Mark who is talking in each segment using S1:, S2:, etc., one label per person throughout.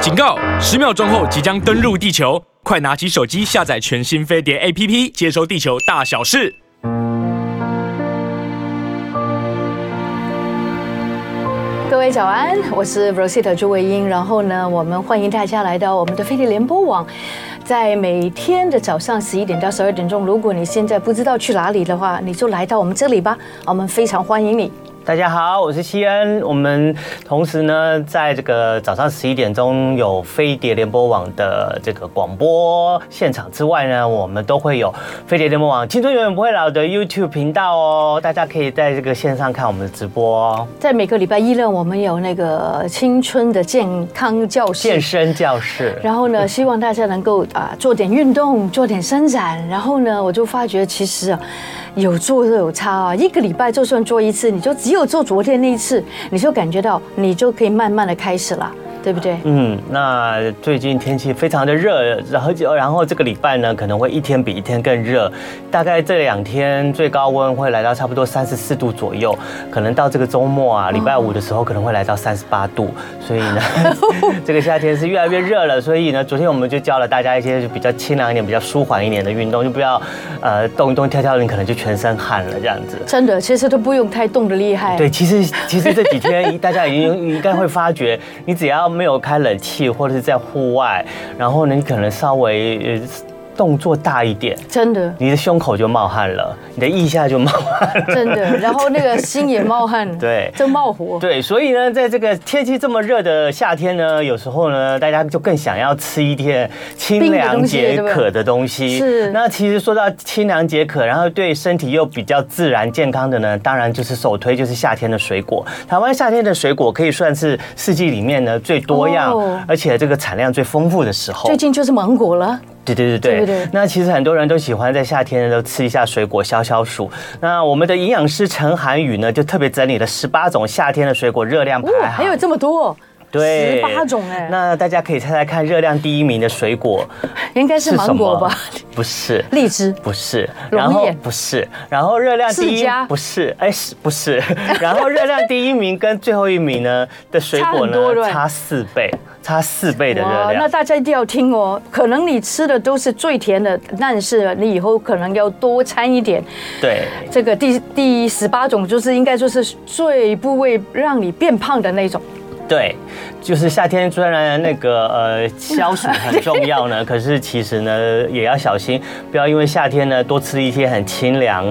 S1: 警告！十秒钟后即将登陆地球，快拿起手机下载全新飞碟 APP，接收地球大小事。
S2: 各位早安，我是 Rosita 朱慧英。然后呢，我们欢迎大家来到我们的飞碟联播网，在每天的早上十一点到十二点钟。如果你现在不知道去哪里的话，你就来到我们这里吧，我们非常欢迎你。
S3: 大家好，我是西恩。我们同时呢，在这个早上十一点钟有飞碟联播网的这个广播现场之外呢，我们都会有飞碟联播网“青春永远不会老”的 YouTube 频道哦。大家可以在这个线上看我们的直播哦。
S2: 在每个礼拜一呢，我们有那个青春的健康教室，
S3: 健身教室，
S2: 然后呢，希望大家能够啊、做点运动，做点伸展。然后呢，我就发觉其实啊，有做就有差啊。一个礼拜就算做一次，你就只有做昨天那一次，你就感觉到你就可以慢慢的开始了，对不对？
S3: 嗯，那最近天气非常的热，然后就然后这个礼拜呢，可能会一天比一天更热，大概这两天最高温会来到差不多三十四度左右，可能到这个周末啊，礼拜五的时候可能会来到三十八度，所以呢，这个夏天是越来越热了，所以呢，昨天我们就教了大家一些比较清凉一点、比较舒缓一点的运动，就不要呃动一动跳跳，你可能就全身汗了这样子。
S2: 真的，其实都不用太冻得厉害。
S3: 对，其实其实这几天大家已经应该会发觉，你只要没有开冷气或者是在户外，然后呢，你可能稍微呃动作大一点，
S2: 真的，
S3: 你的胸口就冒汗了，你的腋下就冒汗了。
S2: 真的。然后那个心也冒汗，
S3: 对
S2: 就冒火。
S3: 对，所以呢，在这个天气这么热的夏天呢，有时候呢，大家就更想要吃一点清凉解渴的东西。
S2: 冰的东西对不对是
S3: 那其实说到清凉解渴，然后对身体又比较自然健康的呢，当然就是首推就是夏天的水果。台湾夏天的水果可以算是四季里面呢最多样，
S2: 哦
S3: 而且这个产量最丰富的时候
S2: 最。近就是芒果了，
S3: 对对对
S2: 对
S3: 对
S2: 对
S3: 那其实很多人都喜欢在夏天呢都吃一下水果消消暑。那我们的营养师陈涵宇呢，就特别整理了十八种夏天的水果热量排
S2: 哦，
S3: 行。
S2: 还有这么多，
S3: 对
S2: 十八种哎，
S3: 那大家可以猜猜看，热量第一名的水果
S2: 应该是
S3: 是什
S2: 芒果
S3: 么？
S2: 吧？
S3: 不是。
S2: 荔枝。
S3: 不是，
S2: 龙
S3: 然后
S2: 眼
S3: 不是，然后热量第
S2: 释
S3: 一
S2: 迦
S3: 不是，哎是不是？ 然后热量第一名跟最后一名呢的水
S2: 差
S3: 果
S2: 很多对不
S3: 呢
S2: 对
S3: 差四倍，差四倍的热
S2: 哇，那
S3: 量。
S2: 大家一定要听哦。可能你吃的都是最甜的，但是你以后可能要多掺一点。
S3: 对，
S2: 这个第第十八种就是应该说是最不会让你变胖的那种。
S3: 对，就是夏天虽然那个呃消暑很重 要呢，可是其实呢也要小心，不要因为夏天呢多吃一些很清凉。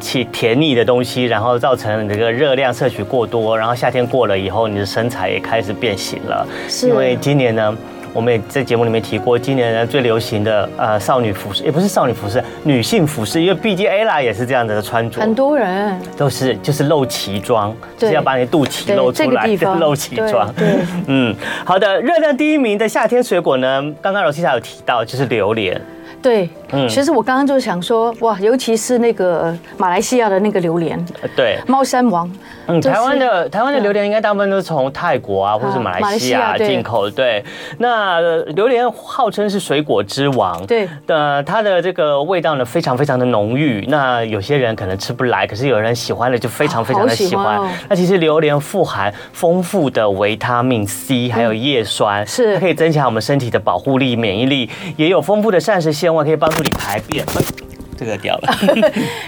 S3: 且甜腻的东西，然后造成你这个热量摄取过多，然后夏天过了以后，你的身材也开始变形了。
S2: 是
S3: 因为今年呢，我们也在节目里面提过，今年呢最流行的呃少女服饰，也不是少女服饰，女性服饰，因为毕竟 Ella 也是这样子的穿着，
S2: 很多人
S3: 都是就是露脐装，
S2: 对
S3: 就是要把你肚脐露出
S2: 对
S3: 来，
S2: 这个地方
S3: 露脐装。
S2: 对对
S3: 嗯，好的，热量第一名的夏天水果呢，刚刚罗西莎有提到，就是榴莲。
S2: 对，
S3: 嗯
S2: 其实我刚刚就想说，哇，尤其是那个呃马来西亚的那个榴莲，
S3: 呃对，
S2: 猫山王，
S3: 嗯，
S2: 就是
S3: 台湾的台湾的榴莲应该大部分都是从泰国啊，或是马
S2: 马来
S3: 来
S2: 西
S3: 西
S2: 亚
S3: 亚
S2: 对
S3: 进口。对，那呃榴莲号称是水果之王。
S2: 对
S3: 呃，它的这个味道呢，非常非常的浓郁。那有些人可能吃不来，可是有人喜欢的就非常非常
S2: 好
S3: 的
S2: 喜
S3: 喜
S2: 欢
S3: 欢。
S2: 哦
S3: 那其实榴莲富含丰富的维他命 C，还有叶酸，
S2: 嗯是
S3: 它可以增强我们身体的保护力、免疫力，也有丰富的膳食纤维，可以帮助你排便。哎这个掉了，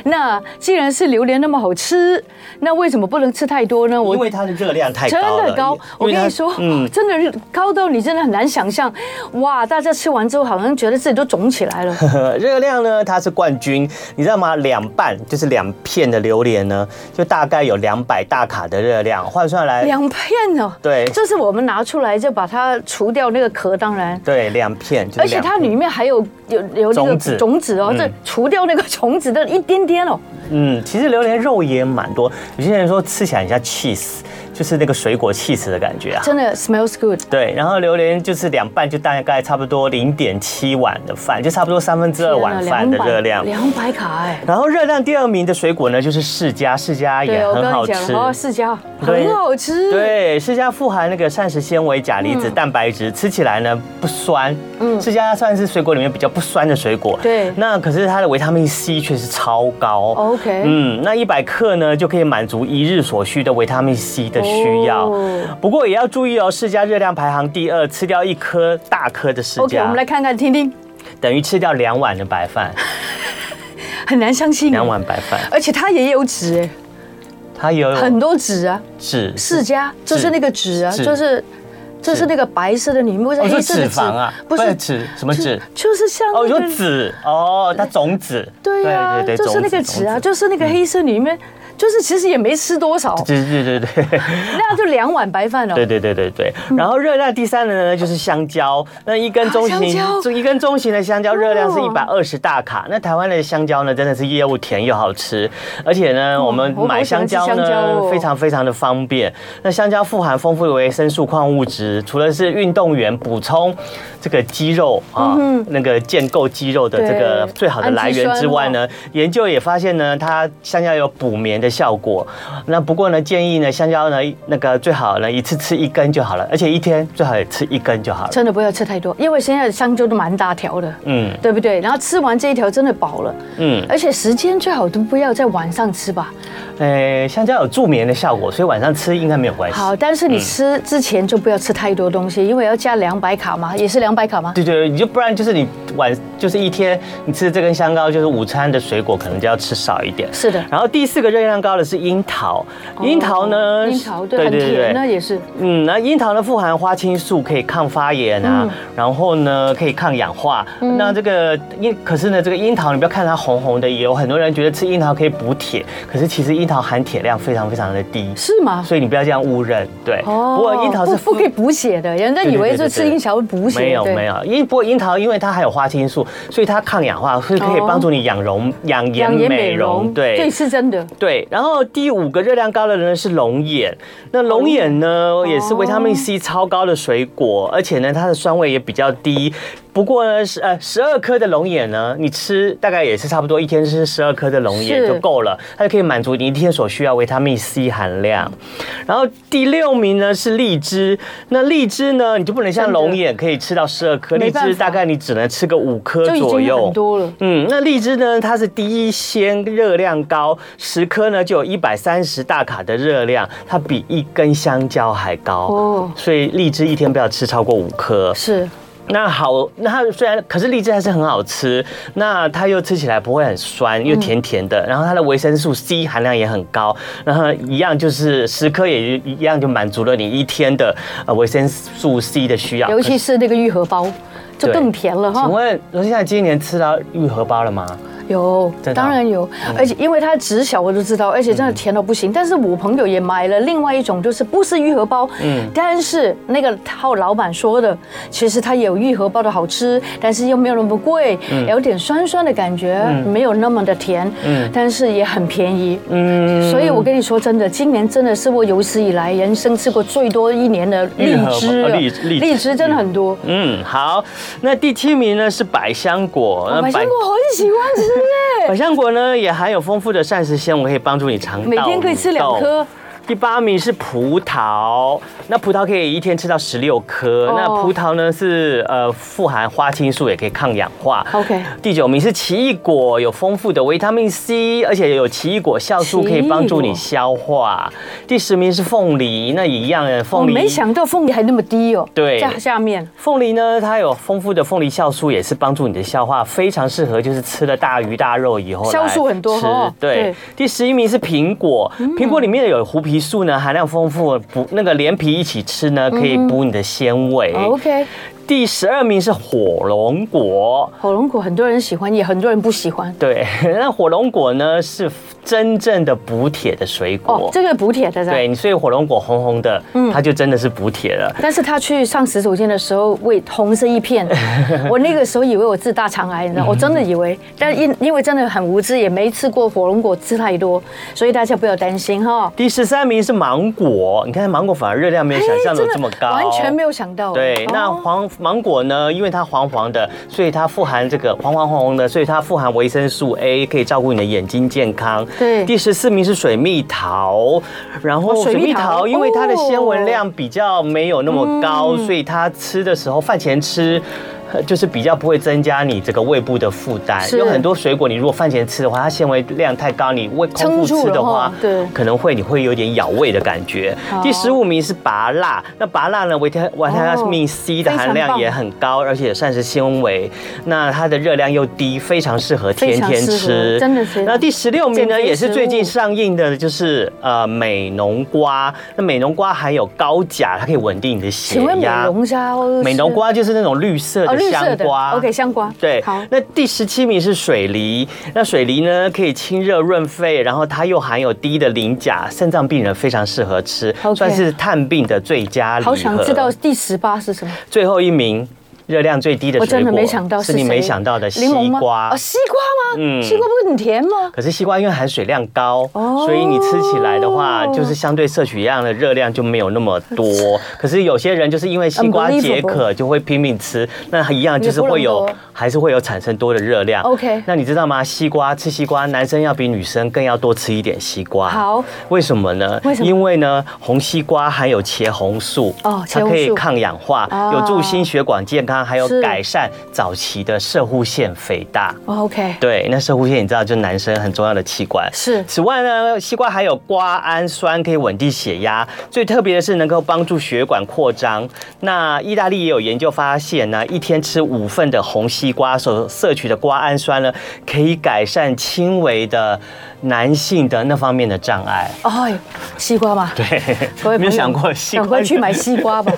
S2: 那既然是榴莲那么好吃，那为什么不能吃太多 呢？我
S3: 因为它的热量太
S2: 真
S3: 高了。
S2: 的高，我
S3: 因
S2: 跟
S3: 为
S2: 你
S3: 它嗯
S2: 说，真的是高到你真的很难想象，哇！大家吃完之后好像觉得自己都肿起 来了，
S3: 呃，热量呢，它是冠军，你知道吗？两瓣就是两片的榴莲呢，就大概有两百大卡的热量，换算来，
S2: 两片哦。
S3: 对
S2: 就是我们拿出来就把它除掉那个壳，当然。
S3: 对，两片，就是
S2: 而且
S3: 两
S2: 它里面还有有有那个
S3: 种子
S2: 种子哦，
S3: 嗯
S2: 这除掉那个虫子的一点点哦，
S3: 嗯，其实榴莲肉也蛮多，有些人说吃起来很像 cheese，就是那个水果 cheese 的感觉啊。
S2: 真的 smells good。
S3: 对，然后榴莲就是两瓣，就大概差不多零点七碗的饭，就差不多三分之二碗饭的热量。
S2: 啊两百卡哎，
S3: 然后热量第二名的水果呢，就是释迦，释迦也
S2: 我
S3: 哎很
S2: 跟
S3: 好
S2: 你
S3: 吃。
S2: 讲哦，释迦
S3: 对
S2: 很好吃，，
S3: 对，释迦富含那个膳食纤维、钾离
S2: 嗯
S3: 子、蛋白质，吃起来呢不酸。嗯，释迦算是水果里面比较不酸的水果。
S2: 对哦
S3: 那可是它的维他命 C 却是超高。
S2: OK
S3: 嗯，那一百克呢就可以满足一日所需的维他命 C 的需要
S2: 哦。
S3: 不过也要注意哦，释迦热量排行第二，吃掉一颗大颗的释
S2: OK，我们来
S3: 迦，
S2: 看看听听，
S3: 等于吃掉两碗的 白饭，
S2: 很难相信。
S3: 两碗白饭，
S2: 而且它也有哎脂
S3: 它也有
S2: 哎，很多脂啊，
S3: 脂
S2: 世家就是那个脂啊，
S3: 脂
S2: 就是就是那个白色的，你们不哎是
S3: 哦，
S2: 黑
S3: 是
S2: 色的
S3: 脂肪啊，
S2: 不是
S3: 脂什么脂？
S2: 就就是像
S3: 哦，
S2: 那
S3: 有
S2: 个
S3: 籽哦，它种子，
S2: 对呀，就是那个脂啊，。就是那个黑色里面，就是其实也没吃多少，
S3: 嗯 对对对对对
S2: 那样就两碗白饭了。哦
S3: 对 对对对对，然后热量第三的呢就是香蕉，那一根中
S2: 啊香
S3: 型
S2: 蕉
S3: 一根中型的香蕉热量是一
S2: 哦
S3: 百二十大卡，那台湾的香蕉呢真的是又甜又好吃，而且呢我们
S2: 我好
S3: 买
S2: 喜欢
S3: 香
S2: 吃
S3: 蕉
S2: 香蕉哦
S3: 呢非常非常的方便，那香蕉富含丰富的维生素矿物质，除了是运动员补充这个肌肉啊那个建构肌肉的这个
S2: 嗯对
S3: 最好的来源之外呢。研究也发现呢，它香蕉有补眠的效果。那不过呢，建议呢，香蕉呢，那个最好呢一次吃一根就好了，而且一天最好也吃一根就好了。
S2: 真的不要吃太多，因为现在的香蕉都蛮大条的，
S3: 嗯
S2: 对不对？然后吃完这一条真的饱了，
S3: 嗯，
S2: 而且时间最好都不要在晚上吃吧。
S3: 诶、呃香蕉有助眠的效果，所以晚上吃应该没有关系。
S2: 好，但
S3: 嗯
S2: 是你吃之前就不要吃太多东西，因为要加两百卡嘛，也是两百卡吗？
S3: 对对对，你就不然就是你晚就是一天你吃这根香蕉，就是午餐的水果可能就要吃少一点。
S2: 是的
S3: 然后第四个热量高的是樱桃，樱桃呢？
S2: 哦樱桃对，很甜呢，也是。
S3: 嗯，那樱桃呢富含花青素，可以抗发炎啊，
S2: 嗯
S3: 然后呢可以抗氧化。那这个樱，可是呢这个樱桃，你不要看它红红的，也有很多人觉得吃樱桃可以补铁，可是其实樱桃含铁量非常非常的低，
S2: 是吗？
S3: 所以你不要这样误认。对，不过樱桃是
S2: 哦不不
S3: 富
S2: 可以补血的，人家以为是吃樱桃会补血，
S3: 没有
S2: 对
S3: 没有，因不过樱桃因为它还有花青素，所以它抗氧化，所以可以
S2: 哦
S3: 帮助你养容、养颜
S2: 养颜
S3: 美
S2: 美
S3: 容。
S2: 容，
S3: 对，
S2: 这是真的。
S3: 对，然后第五个热量高的呢是龙眼，那龙眼呢也是维他
S2: 哦
S3: 命 C 超高的水果，而且呢它的酸味也比较低。不过呢，是呃十二颗的龙眼呢，你吃大概也是差不多一天吃十二颗的龙眼
S2: 是
S3: 就够了，它就可以满足你一天所需要维他命 C 含量。然后第六名呢是荔枝，那荔枝呢你就不能像
S2: 真的
S3: 龙眼可以吃到十二颗，
S2: 没
S3: 荔
S2: 办
S3: 枝
S2: 法
S3: 大概你只能吃个五颗
S2: 就已
S3: 左
S2: 经
S3: 右，
S2: 很多了。
S3: 嗯，那荔枝呢？它是第一鲜热量高，十颗呢就有一百三十大卡的热量，它比一根香蕉还高
S2: 哦
S3: 哦。所以荔枝一天不要吃超过五颗。
S2: 是，
S3: 那好，那它虽然可是荔枝还是很好吃，那它又吃起来不会很酸，又甜甜的，
S2: 嗯
S3: 然后它的维生素 C 含量也很高，然后一样就是十颗也一样就满足了你一天的呃维生素 C 的需要。
S2: 尤其是那个愈合包，就
S3: 对
S2: 更甜了
S3: 请
S2: 哈。
S3: 问罗现在今年吃到愈合包了吗？
S2: 有，
S3: 真的啊
S2: 当然有，而且因为它籽小我都知道，而且真的甜到不
S3: 嗯
S2: 行。但是我朋友也买了另外一种，就是不是愈合包，嗯，但是那个套老板说的，其实它有愈合包的好吃，但是又没有那么贵，
S3: 嗯
S2: 有点酸酸的感觉，没有那么的甜，嗯，但是也很便宜，嗯，所以我跟你说真的，今年真的是我有史以来人生吃过最多一年的荔
S3: 愈合包
S2: 枝了，
S3: 呃荔荔枝
S2: 荔枝真的很多。
S3: 嗯，好，那第七名呢是百香果。
S2: 我
S3: 那
S2: 哦百香果很喜欢吃
S3: 百
S2: 耶，
S3: 百香果呢也含有丰富的膳食纤维，可以帮助你肠道。
S2: 每天可以吃两颗。。
S3: 第八名是葡萄，那葡萄可以一天吃到十六颗。
S2: 哦
S3: 那葡萄呢是呃富含花青素，也可以抗氧化。
S2: OK
S3: 第九名是奇异果，有丰富的维他命 C，而且有奇异果酵素可以帮助你消化。第十名是凤梨，那一样的
S2: 我
S3: 凤梨。
S2: 哦没想到凤梨还那么低哦，
S3: 对
S2: 在下面
S3: 凤梨呢，它有丰富的凤梨酵素，也是帮助你的消化，非常适合就是吃了大鱼大肉以后来
S2: 酵素很多
S3: 吃
S2: 哦对嗯
S3: 对，第十一名是苹果，苹果里面有胡皮素呢，含量丰富，补那个连皮一起吃
S2: 嗯
S3: 呢，可以补你的纤维。
S2: 哦，OK，
S3: 第十二名是火龙果。
S2: 火龙果很多人喜欢，也很多人不喜欢。
S3: 对， 那火龙果呢是真正的补铁的水
S2: 哦
S3: 果，。
S2: 这个补铁的嗯
S3: 对，
S2: 噻，
S3: 你所以火龙果红红的，它就真的是补铁了。
S2: 但是他去上洗手间的时候，胃红色一 片，我那个时候以为我自大肠癌，你知道，
S3: 嗯
S2: 我真的以为，但因因为真的很无知，也没吃过火龙果，吃太多，所以大家不要担心哈。
S3: 第十三名是芒果，你看芒果反而热量没有想象的这么高，
S2: 哎完全没有想到。
S3: 对，那
S2: 哦
S3: 黄芒果呢？因为它黄黄的，所以它富含这个黄黄红红的，所以它富含维生素 A，可以照顾你的眼睛健康。
S2: 对
S3: 第十四名是水蜜桃，然
S2: 哦
S3: 后
S2: 水
S3: 水
S2: 蜜
S3: 蜜
S2: 桃
S3: 桃因为它的纤维
S2: 哦嗯
S3: 量比较没有那么高，所以它吃的时候饭前吃。呃就是比较不会增加你这个胃部的负担。
S2: 是
S3: 有很多水果，你如果饭前吃的话，它纤维量太高，你胃空
S2: 撑
S3: 腹
S2: 住
S3: 吃
S2: 了
S3: 的
S2: 哈
S3: 话，
S2: 对
S3: 可能会你会有点咬胃的感觉。
S2: 哦
S3: 第十五名是拔辣，那拔辣呢，维他维他命 C 的
S2: 非常
S3: 含量
S2: 棒
S3: 也很高，而且膳食纤维，那它的热量又低，非常适合
S2: 非
S3: 天
S2: 常
S3: 天
S2: 适合
S3: 吃。
S2: 真的是
S3: 那第十六名
S2: 减
S3: 呢，
S2: 肥
S3: 也是最
S2: 食物
S3: 近上映的，就是呃美浓瓜。那美浓瓜含有高钾，它可以稳定你的血
S2: 请问美
S3: 压。
S2: 容胶是？
S3: 美浓瓜就是那种绿色
S2: 哦，
S3: 的
S2: 绿色
S3: 香
S2: 的
S3: 瓜。
S2: ，OK，香瓜，
S3: 对
S2: 好，，
S3: 那第十七名是水梨。那水梨呢，可以清热润肺，然后它又含有低的磷钾，肾脏病人非常适合吃
S2: OK
S3: 算是探病的最佳礼盒。
S2: 好想知道第十八是什么？
S3: 最后一名。热量最低的
S2: 我
S3: 水果
S2: 真的没想到是
S3: 是你
S2: 谁
S3: 没想到的西
S2: 柠檬吗
S3: 瓜
S2: 哦，西瓜吗？
S3: 嗯
S2: 西瓜不是很甜吗？
S3: 可是西瓜因为含水量高，
S2: 哦
S3: 所以你吃起来的话，就是相对摄取一样的热量就没有那么 多。可是有些人就是因为西瓜
S2: Unbelievable
S3: 解渴，就会拼命吃，那一样就是会
S2: 也不
S3: 有
S2: 能多，
S3: 还是会有产生多的热量。
S2: OK
S3: 那你知道吗？西瓜吃西瓜，男生要比女生更要多吃一点西瓜。
S2: 好，
S3: 为什么呢？
S2: 为什么
S3: 因为呢，红西瓜含有茄红素，
S2: 哦茄
S3: 它
S2: 红素
S3: 可以抗氧化，
S2: 哦
S3: 有助心血管健康，还有
S2: 是
S3: 改善早期的射护腺肥大。
S2: 哦，OK，
S3: 对，那射护腺你知道，就是男生很重要的器官。
S2: 是
S3: 此外呢，西瓜还有瓜氨酸，可以稳定血压。最特别的是，能够帮助血管扩张。那意大利也有研究发现呢，一天吃五份的红西瓜所摄取的瓜氨酸呢，可以改善轻微的男性的那方面的障碍。
S2: 哎，西瓜嘛，对， 各位
S3: 没
S2: 朋友
S3: 有想过西瓜
S2: 赶快去买西瓜吧，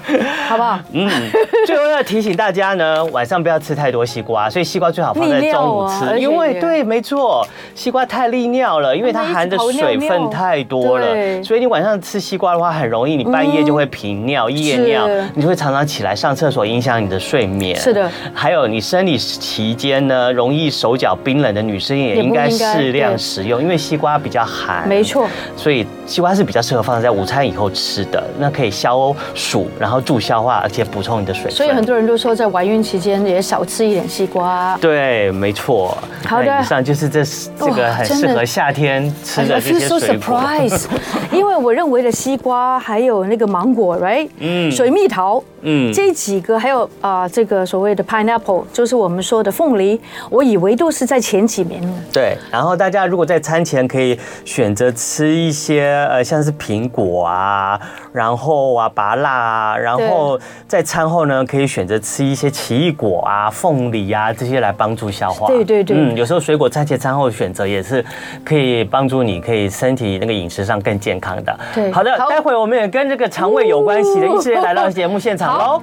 S2: 好不好？
S3: 嗯， 最后要提醒大家呢，晚上不要吃太多西瓜，所以西瓜最好放在中午
S2: 利
S3: 吃，
S2: 尿啊而且
S3: 因为
S2: 也
S3: 对，没错，西瓜太利尿了，因为它含的水分太多
S2: 它们一直
S3: 了，
S2: 跑尿尿
S3: 所以你晚上吃西瓜的话，很容易你半夜就会频尿、夜尿
S2: 嗯是，
S3: 你就会常常起来上厕所，影响你的睡眠。
S2: 是的，
S3: 还有你生理期间呢，容易手脚冰冷的女生也
S2: 也不
S3: 应该
S2: 应该
S3: 适量
S2: 对
S3: 食用，因为西瓜比较寒，
S2: 没错，
S3: 所以西瓜是比较适合放在午餐以后吃的，那可以消暑，然后助消化，而且补充你的水分。
S2: 所以很多人都说在怀孕期间也少吃一点西瓜。
S3: 对，没错。
S2: 好的
S3: 那以上就是这这个很适
S2: 真
S3: 合
S2: 的
S3: 夏天吃的
S2: I
S3: 这
S2: feel
S3: 些
S2: so
S3: 水果。
S2: surprised，因 为我认为的西瓜还有那个芒果，right？
S3: 嗯
S2: 水蜜桃，
S3: 嗯
S2: 这几个还有啊、这个所谓的 pineapple，就是我们说的凤梨，我以为都是在前几名的。
S3: 对，然后大家如果在餐前可以选择吃一些呃，像是苹果啊，然后啊，芭辣啊，然后在餐后呢，可以选择吃一些奇异果啊、凤梨啊这些来帮助消化。
S2: 对对对
S3: 嗯，有时候水果餐前餐后选择也是可以帮助你可以身体那个饮食上更健康的。
S2: 对
S3: 好的，
S2: 好
S3: 待会我们也跟这个肠胃有关系的
S2: 哦
S3: 医师来到节目现场
S2: 好
S3: 喽。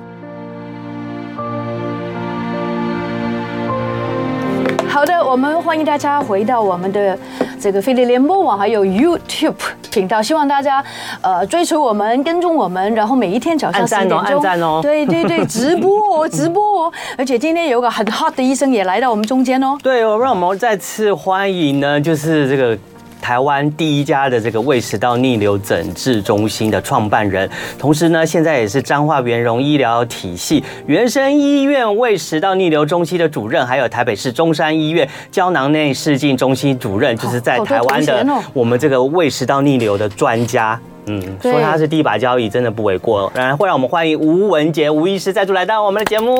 S2: 好的，我们欢迎大家回到我们的这个飞碟联播网还有 YouTube 频道，希望大家呃追随我们、跟踪我们，然后每一天早上
S3: 按
S2: 十
S3: 赞
S2: 点
S3: 哦
S2: 钟，
S3: 按赞哦
S2: 对对对，直播 哦，直播哦，而且今天有个很 hot 的医生也来到我们中间哦，
S3: 对，我让我们再次欢迎呢，就是这个。台湾第一家的这个胃食道逆流诊治中心的创办人，同时呢，现在也是彰化元荣医疗体系原生医院胃食道逆流中心的主任，还有台北市中山医院胶囊内视镜中心主任，就是在
S2: 好多
S3: 台湾的
S2: 头衔哦
S3: 我们这个胃食道逆流的专家。嗯，
S2: 对
S3: 说他是第一把交椅，真的不为过。然后让我们欢迎吴文杰吴医师再度来到我们的节目。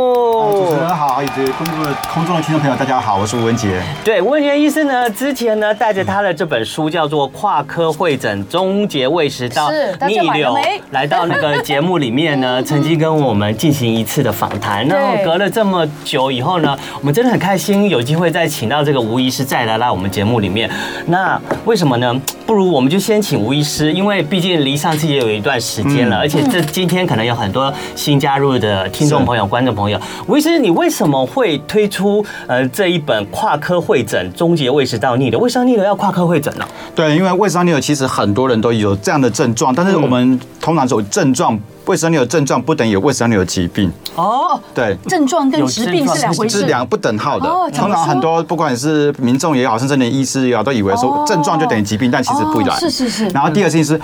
S4: 主持人好，以及空中的空中的听众朋友，大家好，我是吴文杰。
S3: 对，吴文杰医生呢，之前呢带着他的这本书叫做《跨科会诊终结胃食道
S2: 是大
S3: 逆
S2: 家买
S3: 流
S2: 了》没，
S3: 来到那个节目里面呢，曾经跟我们进行一次的访谈。然后
S2: 对
S3: 隔了这么久以后呢，我们真的很开心有机会再请到这个吴医师再来到我们节目里面。那为什么呢？不如我们就先请吴医师，因为毕竟离上次也有一段时间了，而且这今天可能有很多新加入的听众
S4: 是
S3: 朋友。 朋友、观众朋友，吴医师，你为什么会推出呃这一本跨科会诊终结胃食道逆流？胃食道逆流要跨科会诊呢、
S4: 对，因为胃酸逆流其实很多人都有这样的症状，但是我们通常说症状，胃酸逆流症状不等于胃酸逆流疾病。
S3: 哦，
S4: 对，
S2: 症状跟
S3: 有
S2: 疾
S3: 症
S2: 病
S3: 状
S2: 是两
S3: 是
S2: 回
S4: 是
S2: 事。
S4: 两个不等号的
S2: 哦。怎么
S4: 通常很多不管是民众也好，甚至连医师也好，都以为
S2: 哦
S4: 说症状就等于疾病，但其实不然
S2: 哦。是是是
S4: 然后第二件事情是。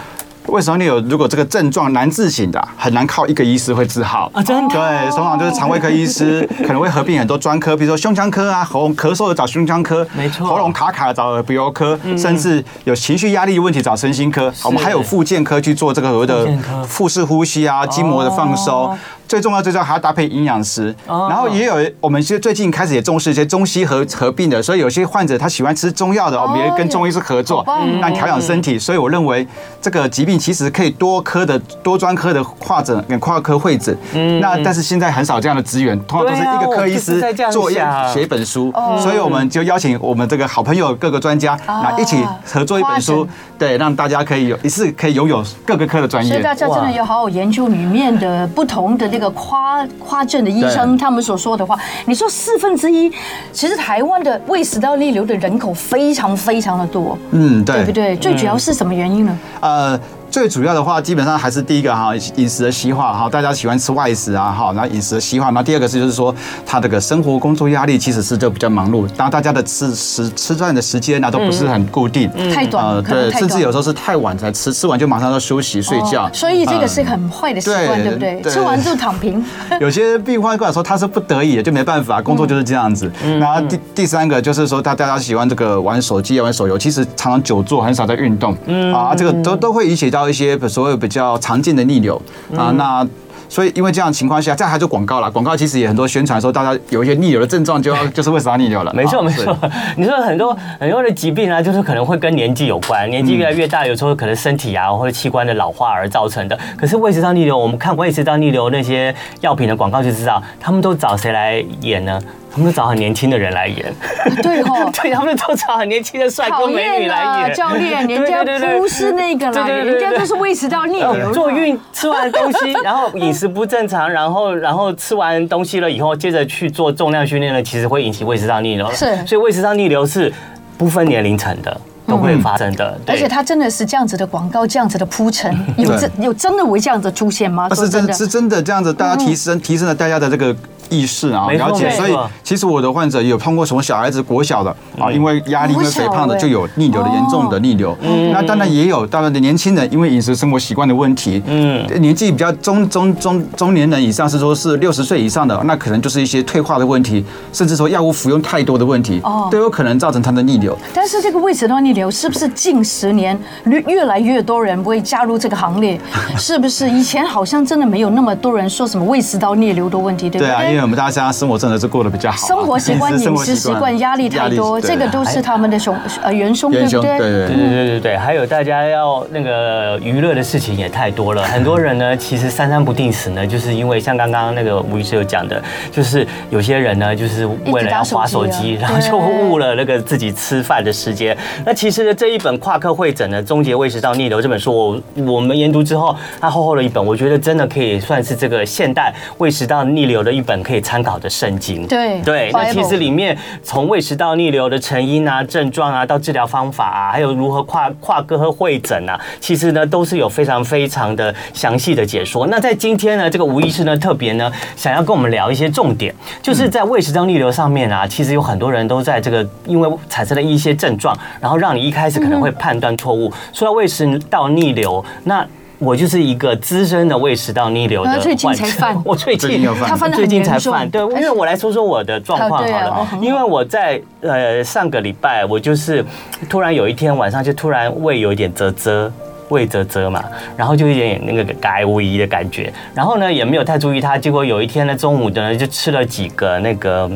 S4: 胃酸逆流如果这个症状难治醒的啊，很难靠一个医师会治好
S3: 啊真的
S4: 对，通常就是肠胃科医师可能会合并很多专科，比如说胸腔科啊，喉咙咳嗽的找胸腔科，
S3: 没错
S4: 喉咙卡卡的找耳鼻喉科，甚至有情绪压力问题找身心科。我们还有附健科去做这个所谓
S3: 复
S4: 的
S3: 健科
S4: 腹式呼吸啊、筋膜的放松
S3: 哦，
S4: 最重要最重要还要搭配营养师。
S5: 哦
S4: 然后也有我们其实最近开始也重视一些中西合合并的，所以有些患者他喜欢吃中药的，我们也跟中医师合
S2: 好
S4: 作
S2: 棒哦，
S4: 那调养身体。所以我认为这个疾病其实可以多科的多专科的跨诊跨科会诊。
S2: 嗯
S4: 那但是现在很少这样的资源，通常都是
S5: 对啊
S4: 一个科医
S5: 我就是
S4: 师
S5: 在这样
S4: 做一
S5: 想
S4: 写一本书，
S2: 哦
S4: 所以我们就邀请我们这个好朋友各个专家，
S2: 啊
S4: 那一起合作一本
S2: 跨
S4: 书
S2: 诊，
S4: 对，让大家可以有一次可以拥有各个科的专
S2: 所以大
S4: 业。
S2: 家真的要好好研究里面的不同的那个夸夸症的医生，
S4: 对
S2: 他们所说的话。你说四分之一，其实台湾的胃食道逆流的人口非常非常的多，
S4: 嗯，
S2: 对不对？最主要是什么原因呢？
S4: 呃，最主要的话，基本上还是第一个哈，饮食的西化哈，大家喜欢吃外食啊哈，然后饮食的西化。那第二个是就是说，他这个生活工作压力其实是就比较忙碌，然后大家的吃食吃饭的时间啊呢、都不是很固定，
S2: 太短了
S4: 呃
S2: 嗯可能
S4: 对，
S2: 太
S4: 甚
S2: 短
S4: 至有时候是太晚才吃，吃完就马上要休息睡觉
S2: 哦。所以这个是
S4: 嗯
S2: 很坏的习惯，
S4: 对
S2: 对不对？
S4: 对
S2: 吃完就躺 平。
S4: 有些病患跟我说他是不得已的，就没办法，工作就是这样子。
S3: 嗯
S4: 然后第第三个就是说，大大家喜欢这个玩手机啊、玩手游，其实常常久坐，很少在运动
S3: 嗯
S4: 啊，这个都都会引起到一些所谓比较常见的逆流
S3: 嗯
S4: 啊。那所以，因为这样的情况下，再还就广告了。广告其实也很多宣传说，大家有一些逆流的症状， 就要就是为啥逆流了。
S3: 没错
S4: 啊
S3: 没
S4: 是
S3: 错， 你说很多很多的疾病啊，就是可能会跟年纪有关，年
S2: 嗯
S3: 纪越来越大，有时候可能身体啊或者器官的老化而造成的。可是胃食道逆流，我们看胃食道逆流那些药品的广告就知道，他们都找谁来演呢？他们都找很年轻的人来演，
S2: 对哦，
S3: 对，他们都找很年轻的帅哥
S2: 讨
S3: 美女
S2: 厌啊
S3: 来
S2: 了
S3: 演。
S2: 教 练，
S3: 对
S2: 人家
S3: 对对对
S2: 不是那个啦，
S3: 对对对
S2: 人
S3: 对
S2: 家就是胃食道逆流。
S3: 做运吃完东西， 然后饮食不正常，然后然后吃完东西了以后，接着去做重量训练呢，其实会引起胃食道逆流。
S2: 是
S3: 所以胃食道逆流是不分年龄层的都会发生的。
S2: 而
S3: 对
S2: 且它真的是这样子的广告，这样子的铺 陈，有这有真的会这样子出现吗？
S4: 那
S2: 说
S4: 啊是
S2: 真
S4: 真
S2: 的，嗯
S4: 是真的这样子，大家提升提升了大家的这个意识啊，
S3: 没错
S4: 了解。
S3: 没错
S4: 所以其实我的患者有碰过什么小孩子国小的啊，
S3: 嗯
S4: 因为压力、因为肥
S2: 国小
S4: 胖的
S2: 欸
S4: 就有逆流的
S2: 哦嗯
S4: 严重的逆流。那当然也有，当然的年轻人因为饮食生活习惯的问题，嗯，年纪比较中中中中年人以上是说是六十岁以上的，那可能就是一些退化的问题，甚至说药物服用太多的问题
S2: 哦，
S4: 都有可能造成他的逆流。
S2: 但是这个胃食道逆流是不是近十年越越来越多人会加入这个行列？是不是以前好像真的没有那么多人说什么胃食道逆流的问题，对不
S4: 对啊，因为
S2: 对？
S4: 我们大家生活真的是过得比较好啊，
S2: 生活习 惯、饮食习惯、压力太多，
S4: 对哎
S2: 这个都是他们的凶呃元凶，对
S4: 元
S2: 不
S4: 凶，对
S2: 对？
S4: 对
S3: 对
S4: 对。
S3: 对对对对，还有大家要那个娱乐的事情也太多了，很多人呢其实三餐不定时呢，就是因为像刚刚那个吴医师有讲的，就是有些人呢就是为了要划手机，
S2: 一直打
S3: 然
S2: 手
S3: 后
S2: 机啊
S3: 就误了那个自己吃饭的时间。那其实呢这一本跨科会诊呢《终结胃食道逆流》这本书，我我们研读之后，它厚厚的一本，我觉得真的可以算是这个现代胃食道逆流的一本可以参考的圣经。
S2: 对
S3: 对，那其
S2: Bible
S3: 实里面从胃食道逆流的成因啊、症状啊，到治疗方法啊，还有如何跨跨科和会诊啊，其实呢都是有非常非常的详细的解说。那在今天呢，这个吴医师呢特别呢想要跟我们聊一些重点，就是在胃食道逆流上面啊，其实有很多人都在这个因为产生了一些症状，然后让你一开始可能会判断错误，说到胃食道逆流，那。我就是一个资深的胃食道逆流的
S2: 然后
S3: 患者，
S2: 最近才犯
S3: 我最
S4: 最近
S3: 近
S4: 要犯
S2: 他犯得
S3: 最
S2: 很
S3: 近
S2: 严
S3: 才
S2: 重
S3: 犯，对，因
S2: 而且
S3: 为我来说说我的状
S2: 好
S3: 况好
S2: 对啊我
S3: 了
S2: 很，好
S3: 因为我在呃上个礼拜，我就是突然有一天晚上就突然胃有一点啧啧。胃啧啧嘛，然后就有点那个该无疑的感觉，然后呢也没有太注意它，结果有一天呢中午呢就吃了几个那个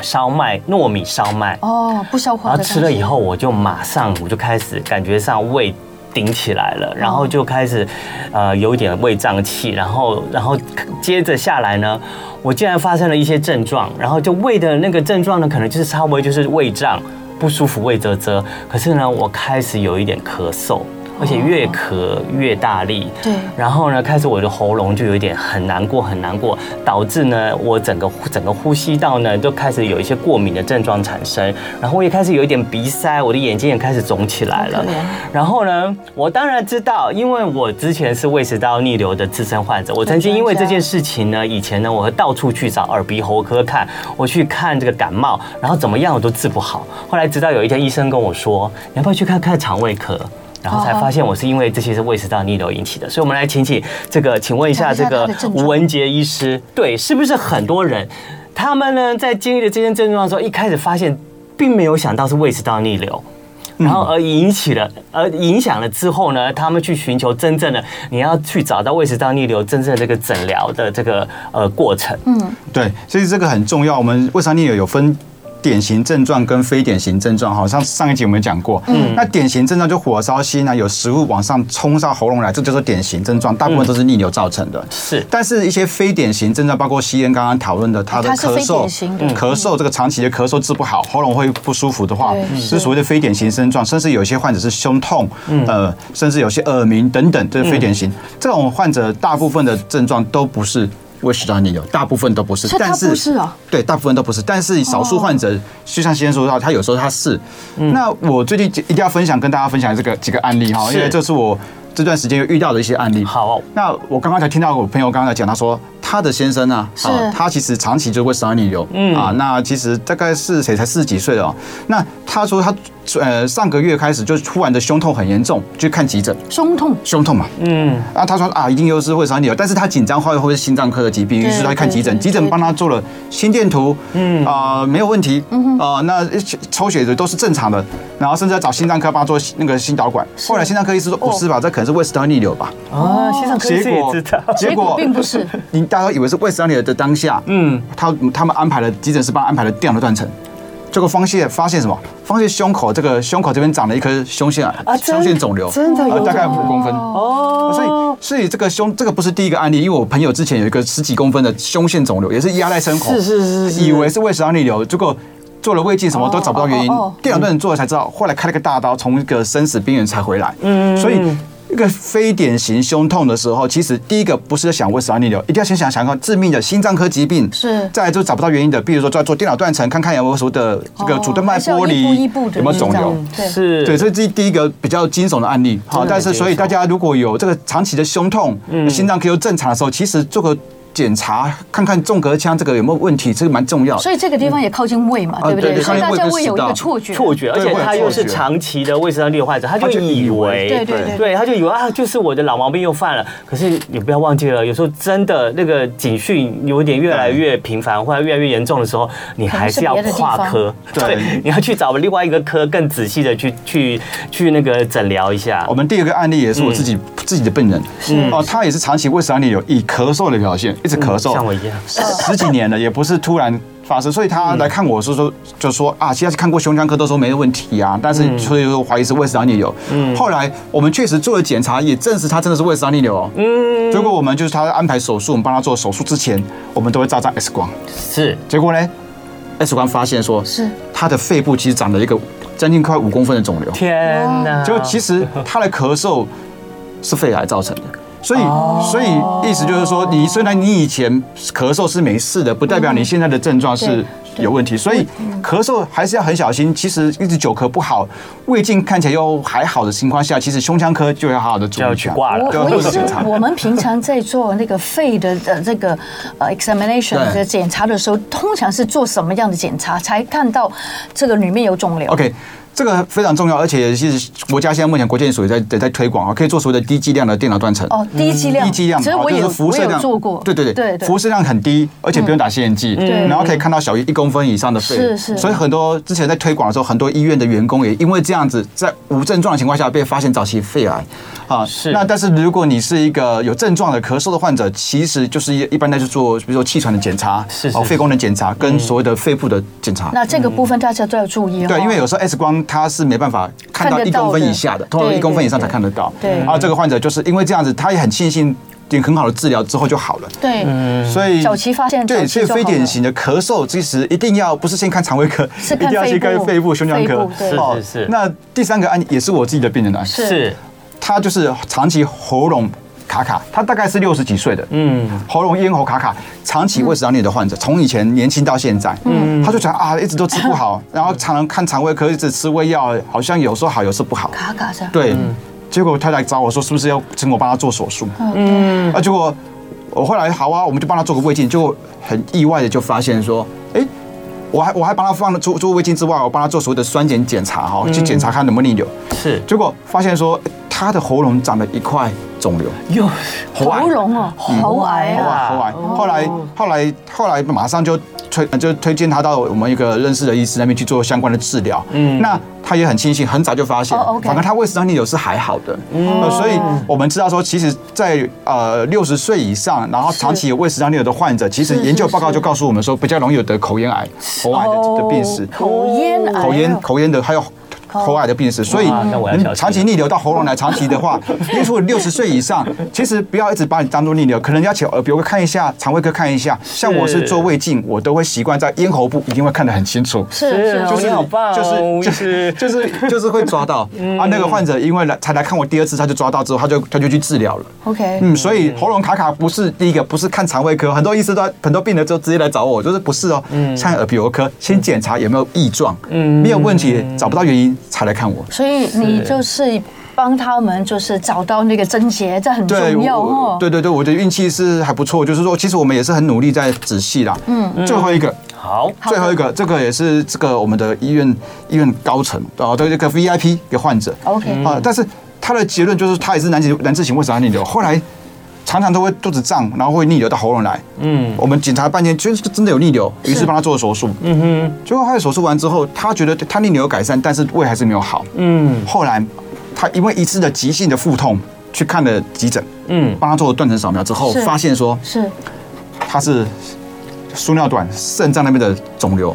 S3: 烧麦糯米烧麦，
S2: 哦，不消化
S3: 然
S2: 的东
S3: 后
S2: 西。
S3: 吃了以后，我就马上我就开始感觉上胃顶起来了，然
S2: 哦
S3: 后就开始呃有一点胃胀气，然后然后接着下来呢，我竟然发生了一些症状，然后就胃的那个症状呢，可能就是稍微就是胃胀不舒服、胃啧啧，可是呢，我开始有一点咳嗽。而且越咳越大力，
S2: 哦对
S3: 然后呢，开始我的喉咙就有一点很难过，很难过，导致呢我整个整个呼吸道呢都开始有一些过敏的症状产生，然后我也开始有一点鼻塞，我的眼睛也开始肿起来
S2: 好
S3: 了
S2: 可怜。
S3: 然后呢，我当然知道，因为我之前是胃食道逆流的自身患者，我曾经因为这件事情呢，以前呢我会到处去找耳鼻喉科看，我去看这个感冒，然后怎么样我都治不好。后来直到有一天医生跟我说，你要不要去看看肠胃科？然后才发现我是因为这些是胃食道逆流引起的，所以我们来请请这个，请问一下这
S2: 讲一下他
S3: 个
S2: 的症状
S3: 吴文杰医师，对，是不是很多人他们呢在经历了这些症状的时候，一开始发现并没有想到是胃食道逆流，
S4: 嗯
S3: 然后而引起了，而影响了之后呢，他们去寻求真正的，你要去找到胃食道逆流真正的这个诊疗的这个呃过程。
S2: 嗯
S4: 对，所以这个很重要。我们胃肠逆流有分。典型症状跟非典型症状，好像上一集我们讲过，嗯，那典型症状就火烧心啊，有食物往上冲上喉咙来，这就是典型症状，大部分都是逆流造成的。
S3: 是
S4: 但是一些非典型症状，包括西恩刚刚讨论的，他的
S2: 它是
S4: 咳
S2: 非典
S4: 嗽嗯
S2: 型的，嗯
S4: 咳嗽这个长期的咳嗽治不好，喉咙会不舒服的话
S2: 对，
S4: 是所谓的非典型症状，甚至有一些患者是胸痛，呃，甚至有些耳鸣等等，这是非典型。
S2: 嗯
S4: 这种患者大部分的症状都不是。胃食道逆流，大部分都不是，
S2: 所以它
S4: 但是
S2: 不是哦哦
S4: 对，大部分都不是，但是少数患者，就像先生说到，他有时候他是。那我最近一定要分享跟大家分享这个几个案例哈，
S3: 是
S4: 因为这是我这段时间遇到的一些案例。
S3: 好哦
S4: 那我刚刚才听到我朋友刚刚才讲，他说他的先生呢、
S2: 是
S4: 啊，他其实长期就会伤逆流，嗯啊，那其实大概是谁才四十几岁了、哦，那他说他呃上个月开始就突然的胸痛很严重，去看急诊，
S2: 胸痛，
S4: 胸痛嘛，
S3: 嗯，
S4: 然后他说啊，一定又是胃酸瘤，但是他紧张后会是心脏科的疾病，于
S2: 对
S4: 是他看急诊，
S2: 对对
S4: 急诊帮他做了心电图，嗯啊没有问题，
S2: 嗯
S4: 啊那抽血的都是正常的，然后甚至要找心脏科帮他做那个心导管，后来心脏科医师说
S2: 哦
S4: 不是吧，这可能是胃食道逆流吧，
S3: 啊，心脏科医
S4: 结
S3: 师也
S4: 果
S3: 知道，
S2: 结果并哎不 是，
S4: 你大家都以为是胃食道逆流的当下，嗯，他他们安排了急诊室帮他安排了电脑断层，结果发现发现什么？发现胸口这个胸口这边长了一颗胸腺
S3: 啊
S4: 癌，
S3: 真
S4: 胸腺肿瘤，
S3: 真的有
S4: 啊大概
S3: 这
S4: 五
S3: 种
S4: 公分。
S3: 哦
S4: 所以，所以这个胸，这个不是第一个案例，因为我朋友之前有一个十几公分的胸腺肿瘤，也是压在胸口，
S3: 是是是是
S4: 以为是胃食道逆流，结果做了胃镜什么都找不到原因
S2: 哦哦哦，
S4: 电脑断层做了才知道，后来开了个大刀，从一个生死边缘才回来。嗯，所以。一个非典型胸痛的时候，其实第一个不是想胃食道逆流，一定要先想想看致命的心脏科疾病，
S2: 是
S4: 再来就找不到原因的，比如说在做电脑断层，看看有没有所谓的这个主动脉
S2: 哦还是要
S4: 剥离，
S2: 一步一步的
S4: 有没有肿
S2: 这
S4: 瘤
S2: 样，对
S3: 是
S4: 对，所以这是第一个比较惊悚的案例。好，
S3: 真的
S4: 但是
S3: 很惊悚嗯
S4: 所以大家如果有这个长期的胸痛、心脏 Q 正常的时候，其实做个检查，看看纵隔腔这个有没有问题，这个蛮重要的。
S2: 所以这个地方也靠近胃嘛，
S4: 啊
S2: 对不对？
S4: 对
S2: 所以
S4: 靠
S2: 大
S4: 近胃
S2: 家
S4: 跟
S2: 会
S4: 食
S2: 有一个
S4: 道
S2: 错觉，
S3: 错觉，而
S4: 对
S3: 且
S4: 会有
S3: 他又
S4: 错
S3: 是
S4: 觉
S3: 长期的胃食道逆流患者，他就
S4: 他就以
S3: 以为，
S4: 为
S2: 对对对
S3: 对，他就以为啊，就是我的老毛病又犯了。可是你不要忘记了，有时候真的那个警讯有点越来越频繁，或者越来越严重的时候，你还是要
S2: 可能是别的地
S3: 跨
S2: 方
S3: 科，
S4: 对
S3: 你要去找另外一个科更仔细的去去去那个诊疗一下
S4: 我。们第二个案例也是
S3: 嗯
S4: 我自己、自己的病人，哦，他也是长期胃食道逆流，以咳嗽的表现，一直咳嗽，
S3: 嗯像我一样，
S4: 十几年了，也不是突然发生，所以他来看我是说，就说啊，现在看过胸腔科都说没问题啊，但是所以说怀疑是胃食道逆流。后来我们确实做了检查，也证实他真的是胃食道逆流哦。嗯，结果我们就是他安排手术，我们帮他做手术之前，我们都会照张 X 光，
S3: 是
S4: 结果呢，X 光发现说
S2: 是
S4: 他的肺部其实长了一个将近快五公分的肿瘤。
S3: 天哪，
S4: 就其实
S3: 啊
S4: 他的咳嗽是肺癌造成的。所以，
S3: 哦
S4: 所以意思就是说，你虽然你以前咳嗽是没事的，不代表你现在的症
S3: 嗯
S4: 状是有问题。所以咳嗽还是要很小心。其实一直久咳不好，胃镜看起来又还好的情况下，其实胸腔科就要好好的注
S3: 就
S4: 意
S3: 要
S4: 一
S3: 去
S4: 下。
S3: 挂了。
S4: 对
S2: 我我
S4: 或
S2: 也
S4: 者
S2: 是
S4: 检查，
S2: 我们平常在做那个肺的呃这个呃 examination
S4: 对
S2: 的检查的时候，通常是做什么样的检查才看到这个里面有肿瘤？
S4: OK，这个非常重要，而且是国家现在目前国健署也在在在推广啊，可以做所谓的低剂量的电脑断层。
S2: 哦，低剂量，
S4: 嗯低剂量嘛，
S2: 其实我
S4: 就
S2: 有
S4: 是辐
S2: 我
S4: 射量
S2: 有做过，
S4: 对对
S2: 对
S4: 对，
S2: 对
S4: 辐，射量很低，而且不用打吸尘器，
S2: 对
S4: 然后可以看到小于一公分以上的肺，
S2: 是是
S4: 所以很多之前在推广的时候，很多医院的员工也因为这样子，在无症状的情况下被发现早期肺癌，啊，
S3: 是
S4: 那但是如果你是一个有症状的咳嗽的患者，其实就是一一般在去做，比如说气喘的检查，
S3: 是是
S4: 哦
S3: 是
S4: 肺功能检查跟所谓的肺部的检查。
S2: 那这个部分大家都要注意哦
S4: 对，因为有时候 X 光它是没办法看到
S2: 看
S4: 一
S2: 得到的
S4: 公分以下的，通常
S2: 对
S4: 一公分以上才看得到。
S2: 对对
S4: 然后这个患者就是因为这样子，他也很庆幸有很好的治疗之后就好了。
S2: 对，
S3: 嗯
S4: 所以
S2: 早期发现早
S4: 对，
S2: 期
S4: 所以
S2: 就好
S4: 非典
S2: 了
S4: 型的咳嗽，其实一定要不是先看肠胃科，
S2: 是
S4: 一
S2: 看
S4: 定要
S2: 肺
S4: 先
S2: 部
S4: 看肺部、胸腔
S2: 肺
S4: 科
S2: 部。对
S4: 哦
S3: 是是是
S4: 那第三个案例也是我自己的病人啊，
S2: 是
S3: 是
S4: 他就是长期喉咙卡卡，他大概是六十几岁的，
S3: 嗯，
S4: 喉咙咽喉卡卡，长期胃食道逆流的患者，从以前年轻到现在，嗯，他就觉得啊，一直都吃不 好，然后常常看肠胃科，一直吃胃药，好像有时候好，有时候不好，
S2: 嘎嘎这样，
S4: 对。结果他来找我说，是不是要请我帮他做手术？嗯，啊，结果我后来好啊，我们就帮他做个胃镜，结果很意外的就发现说，哎。我还我还帮他放了嗯做做胃镜之外，我帮他做所谓的酸碱检查哈，去检查看有没有逆流。
S3: 是
S4: 结果发现说，诶他的喉咙长了一块肿瘤，
S3: 哟，
S4: 喉癌
S2: 喉。咙哦，喉癌
S4: 喉
S2: 啊，
S4: 癌，喉癌。后来，后来，后来，马上就推呃就推荐他到我们一个认识的医师那边去做相关的治疗。嗯，那他也很庆幸，很早就发现
S2: 哦，，OK
S4: 反正他胃食道逆流是还好的。嗯，所以我们知道说，其实，在呃六十岁以上，然后长期有胃食道逆流的患者，其实研究报告就告诉我们说，比较容易有得口咽癌、喉癌的的病史。
S2: 哦口咽癌，
S4: 口咽口咽的，还有口癌的病史，所以
S3: 哎哦哇那我要小心
S4: 嗯长期逆流到喉咙来，长期 的话，因为六十岁以上，其实不要一直把你当做逆流，可能要请耳鼻喉科看一下，肠胃科看一下。像我是做胃镜，我都会习惯在咽喉部一定会看得很清楚。
S2: 是是
S3: 就
S4: 就是
S2: 是
S3: 你好棒哦吴
S4: 就
S3: 医
S4: 是
S3: 师
S4: 就是就是就是会抓 到啊！那个患者因为来才来看我第二次，他就抓到之后，他就他就去治疗了。
S2: ，OK，
S4: 嗯，所以喉咙卡卡不是第一个，不是看肠胃科，很多医师都很多病人都直接来找我，就是不是哦，看耳鼻喉科先检查有没有异状，没有问题，找不到原因才来看我。
S2: 所以你就是帮他们就是找到那个症结，这很
S4: 对，
S2: 重要
S4: 我
S2: 哦。
S4: 对对对，我的运气是还不错，就是说，其实我们也是很努力在仔细啦。嗯，最后一个，
S3: 好，
S4: 最后一个，这个也是这个我们的医院医院高层哦，对这个 VIP 的患者
S2: OK
S4: 啊，但是他的结论就是他也是难治难治型胃食道逆流，后来常常都会肚子胀，然后会逆流到喉咙来。嗯，我们检查半天，确实真的有逆流，于是帮他做了手术。嗯哼，结果他的手术完之后，他觉得他逆流有改善，但是胃还是没有好。嗯，后来他因为一次的急性的腹痛去看了急诊，
S3: 嗯，
S4: 帮他做了断层扫描之后
S2: 是，
S4: 发现说
S2: 是
S4: 它是输尿管肾脏那边的肿瘤，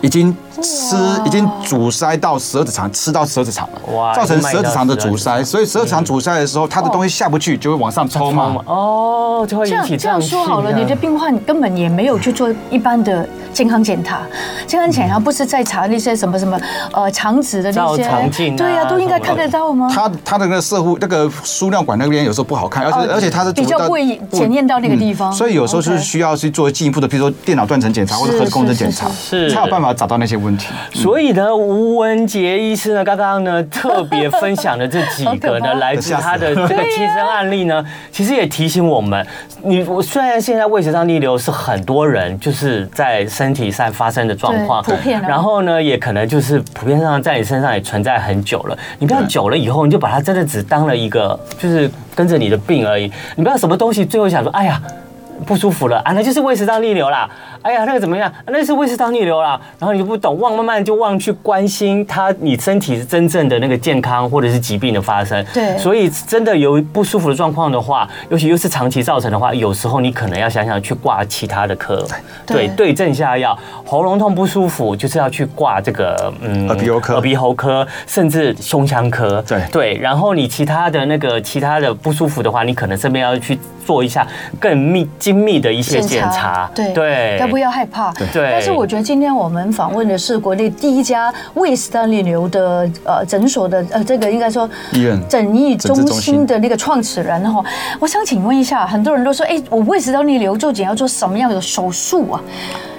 S4: 已经吃已经阻塞到十二指肠，吃到十二指肠
S3: 哇
S4: 了，造成十二指肠的阻塞。所以十二指肠阻塞的时候，它的东西下不去，就会往上抽
S2: 嗯
S4: 嘛。
S3: 哦，就会
S2: 这
S3: 引
S2: 样
S3: 起
S2: 这样
S3: 胀气
S2: 说
S3: 啊
S2: 好了，你的病患根本也没有去做一般的健康检查，健康检查不是在查那些什么什么呃肠子的那
S3: 照肠镜
S2: 些，
S3: 啊
S2: 对呀，都应该看得到吗？
S4: 它它的那个射护那个输尿管那边有时候不好看，而且
S2: 哦
S4: 而且它是阻
S2: 比较
S4: 到嗯
S2: 不会检验到那个地方
S4: 所以有时候是
S2: OK
S4: 需要去做进一步的，比如说电脑断层检查或者
S2: 是
S4: 核磁共振
S2: 是
S4: 检查，
S3: 是是
S4: 才有办法找到那些问题。
S3: 所以呢，吴文杰医师呢，刚刚呢特别分享的这几
S2: 好
S3: 个
S2: 可怕
S3: 呢，来自他的这个亲身案例呢，其实也提醒我们，你我虽然现在胃食道逆流是很多人就是在身体上发生的状况，
S2: 对普遍啊
S3: 然后呢，也可能就是普遍上在你身上也存在很久了。你不要久了以后，你就把它真的只当了一个，就是跟着你的病而已。你不要什么东西最后想说，哎呀。不舒服了啊，那就是胃食道逆流啦。哎呀，那个怎么样？啊那就是胃食道逆流啦。然后你就不懂，忘慢慢就忘去关心它，你身体是真正的那个健康或者是疾病的发生。
S2: 对
S3: 所以真的有不舒服的状况的话，尤其又是长期造成的话，有时候你可能要想想去挂其他的科，
S2: 对
S3: 对对症下药。喉咙痛不舒服，就是要去挂这个嗯
S4: 耳鼻喉科
S3: 耳鼻喉科，甚至胸腔科。
S4: 对
S3: 对，然后你其他的那个其他的不舒服的话，你可能身边要去做一下更密精密的一些检查。
S2: 对
S3: 对，
S2: 要不要害怕？对
S3: 对
S2: 但是我觉得今天我们访问的是国内第一家胃食道逆流的呃诊所的呃这个应该说
S4: 医院
S2: 诊疫
S4: 诊治
S2: 中
S4: 中
S2: 心
S4: 心
S2: 的那个创始人哈、我想请问一下，很多人都说，哎，我胃食道逆流究竟要做什么样的手术啊？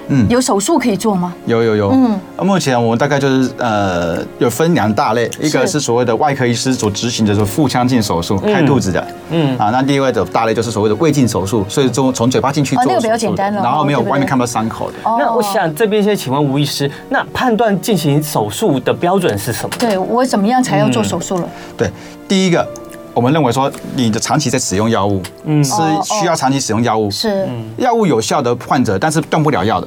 S2: 嗯，有手术可以做吗？
S4: 有有有，嗯，目前我们大概就是呃有分两大类，一个是所谓的外科医师所执行的是腹腔镜手术，开肚子的，嗯啊，那另外的大类就是所谓的胃镜手术，所以从从嘴巴进去
S2: 哦
S4: 做
S2: 那
S4: 手术的，
S2: 个比较简单了
S4: 然后没有
S2: 对不对
S4: 外面看不到伤口的。
S2: 哦
S3: 那我想这边先请问吴医师，那判断进行手术的标准是什么？
S2: 对我怎么样才要做手术了？
S4: 对，第一个。我们认为说，你的长期在使用药物，嗯，是
S2: 哦哦
S4: 需要长期使用药物，
S2: 是，
S3: 嗯
S4: 药物有效的患者，但是动不了药的，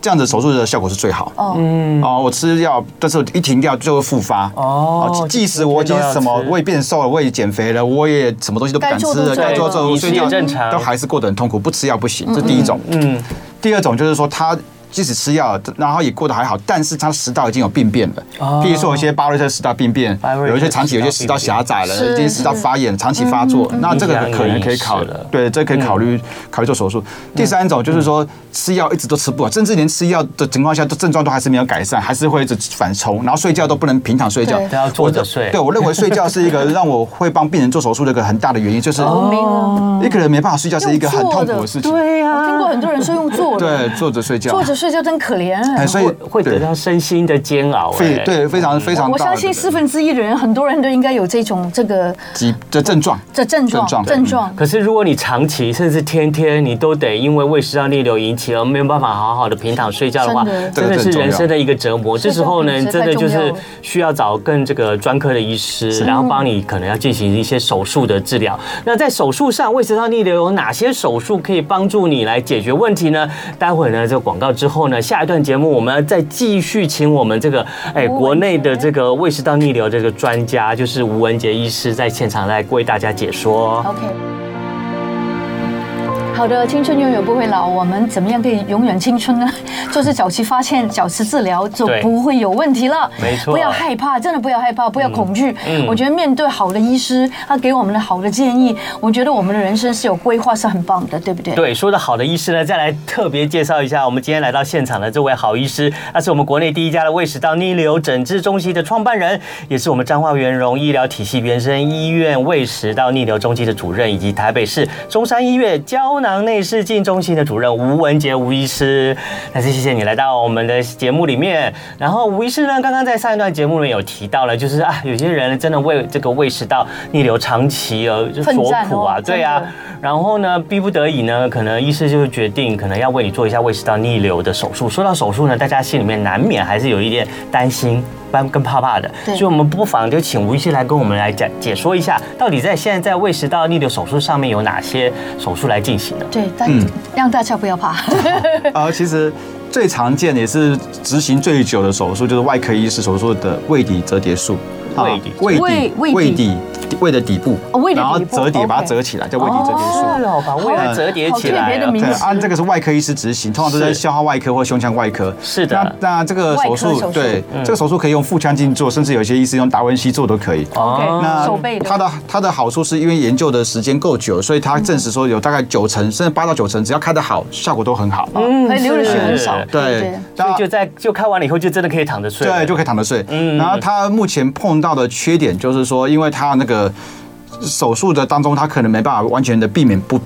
S4: 这样子手术的效果是最好。
S2: 哦
S3: 嗯
S4: 哦，我吃药，但是我一停药就会复发。
S3: 哦
S4: 哦，即即使
S3: 就
S4: 我已经
S3: 天天都要
S4: 什么
S3: 吃
S4: 胃变瘦了，我也减肥了，我也什么东西都不
S2: 该
S4: 敢吃
S2: 做都
S4: 了，
S2: 做
S4: 该做
S2: 了
S4: 做
S3: 饮食
S4: 睡
S3: 也
S4: 觉
S3: 正常
S4: 都还是过得很痛苦，不吃药不行，这第一种。
S3: 嗯，
S4: 第二种就是说他。即使吃药，然后也过得还好，但是他食道已经有病变了。
S3: 哦
S4: 譬如说，有一些巴瑞特食道病变
S3: 巴，瑞特
S4: 有一些长期有一些食道狭窄
S2: 是
S4: 了，已经食道发炎，长期发
S3: 嗯
S4: 作，那这个可能可以
S3: 影响
S4: 考
S3: 有意识了，
S4: 对，这
S2: 嗯
S4: 可以考虑考虑做手术。第三种就是说，吃药一直都吃不好，甚至连吃药的情况下，都症状都还是没有改善，还是会一直反抽，然后睡觉都不能平躺睡觉
S2: 对，
S3: 都要坐着睡
S4: 我对我认为睡觉是一个让我会帮病人做手术的一个很大的原因，就是
S2: 我明啊了。
S3: 哦
S4: 一个人没办法睡觉是一个很痛苦的事情。
S2: 我听过很多人说用坐的，
S4: 对，坐着睡觉。
S2: 坐着睡觉真可怜。啊
S4: 哎，所以
S3: 会会得
S4: 对
S3: 到身心的煎熬、
S4: 非
S3: 哎
S4: 对非常非常大的
S2: 嗯我相信四分之一的人，很多人都应该有这种这个
S4: 疾的症状。
S2: 这症状
S4: 症状嗯
S2: 症状。
S3: 可是如果你长期甚至天天你都得因为胃食道逆流引起而没有办法好好的平躺睡觉的话，
S2: 真的
S3: 真的是人生的一个折磨。
S2: 这
S3: 这
S2: 个
S3: 时候呢，
S2: 真的
S3: 真的就
S2: 太
S3: 是
S2: 重要了
S3: 需要找更这个专科的医师，然后帮你可能要进行一些手术的治疗。那在手术上，胃食道逆流有哪些手术可以帮助你来解决问题呢？待会儿呢，这个广告之后呢，下一段节目我们要再继续请我们这个哎
S2: 吴文
S3: 国内的
S2: 杰
S3: 这个胃食道逆流的这个专家，就是吴文杰医师在现场来为大家解说。
S2: OK。好的，青春永远不会老。我们怎么样可以永远青春呢？ 就是早期发现、早期治疗，就
S3: 对
S2: 不会有问题了。
S3: 没错嗯
S2: 不要害怕，真的不要害怕，不要恐惧。我觉得面对好的医师，他给我们的好的建议，我觉得我们的人生是有规划，是很棒的，对不对？。
S3: 对，说的好的医师呢，再来特别介绍一下我们今天来到现场的这位好医师，他是我们国内第一家的胃食道逆流诊治中心的创办人，也是我们彰化元荣医疗体系原生医院胃食道逆流中心的主任，以及台北市中山医院胶囊内视镜中心的主任吴文杰吴医师。再次谢谢你来到我们的节目里面。然后吴医师呢，刚刚在上一段节目里面有提到了，就是啊，有些人真的为这个胃食道逆流长期而就
S2: 奋
S3: 所
S2: 战
S3: 苦啊，
S2: 哦
S3: 对啊
S2: 真的。
S3: 然后呢，逼不得已呢，可能医师就会决定，可能要为你做一下胃食道逆流的手术。说到手术呢，大家心里面难免还是有一点担心。般跟怕怕的，
S2: 对
S3: 所以我们不妨就请吴医师来跟我们来解解说一下，到底在现在在胃食道逆流手术上面有哪些手术来进行的？
S2: 对，但
S4: 嗯
S2: 让大家不要怕。
S4: 呃，其实最常见也是执行最久的手术，就是外科医师手术的胃底折叠术。啊
S3: 胃底
S4: 胃底
S2: 胃胃底
S4: 胃底胃的底部
S2: 哦，胃的
S4: 然后
S2: 底部
S4: 折叠，把它
S2: OK
S4: 折起来，叫胃底折叠术。
S3: 是哦，把胃
S2: 好
S3: 来折叠
S2: 好
S3: 起
S2: 特
S3: 来
S2: 别的
S3: 啊，
S2: 名
S4: 对，
S2: 字
S4: 按这个是外科医师执行，通常都在
S3: 是
S4: 消化外科或胸腔外科。
S3: 是的嗯
S4: 那那这个手
S2: 外科手，
S4: 术
S2: 术
S4: 对，这个手术可以用腹腔镜做，甚至有些医师用达文西做都可以。
S3: 啊
S2: OK，
S4: 那
S2: 哦手背的。
S4: 它的它的好处是因为研究的时间够久，所以它证实说有大概九成甚至八到九成，只要开得好，效果都很好。
S3: 嗯
S2: 可以流的血很
S3: 是
S2: 少。
S4: 对，
S3: 所以
S4: 那
S3: 就在就开完了以后，就真的可以躺着睡了。哦
S4: 对就可以躺着睡。
S3: 嗯
S4: 然后他目前碰到的缺点就是说，因为他那个手术的当中，他可能没办法完全的避免不。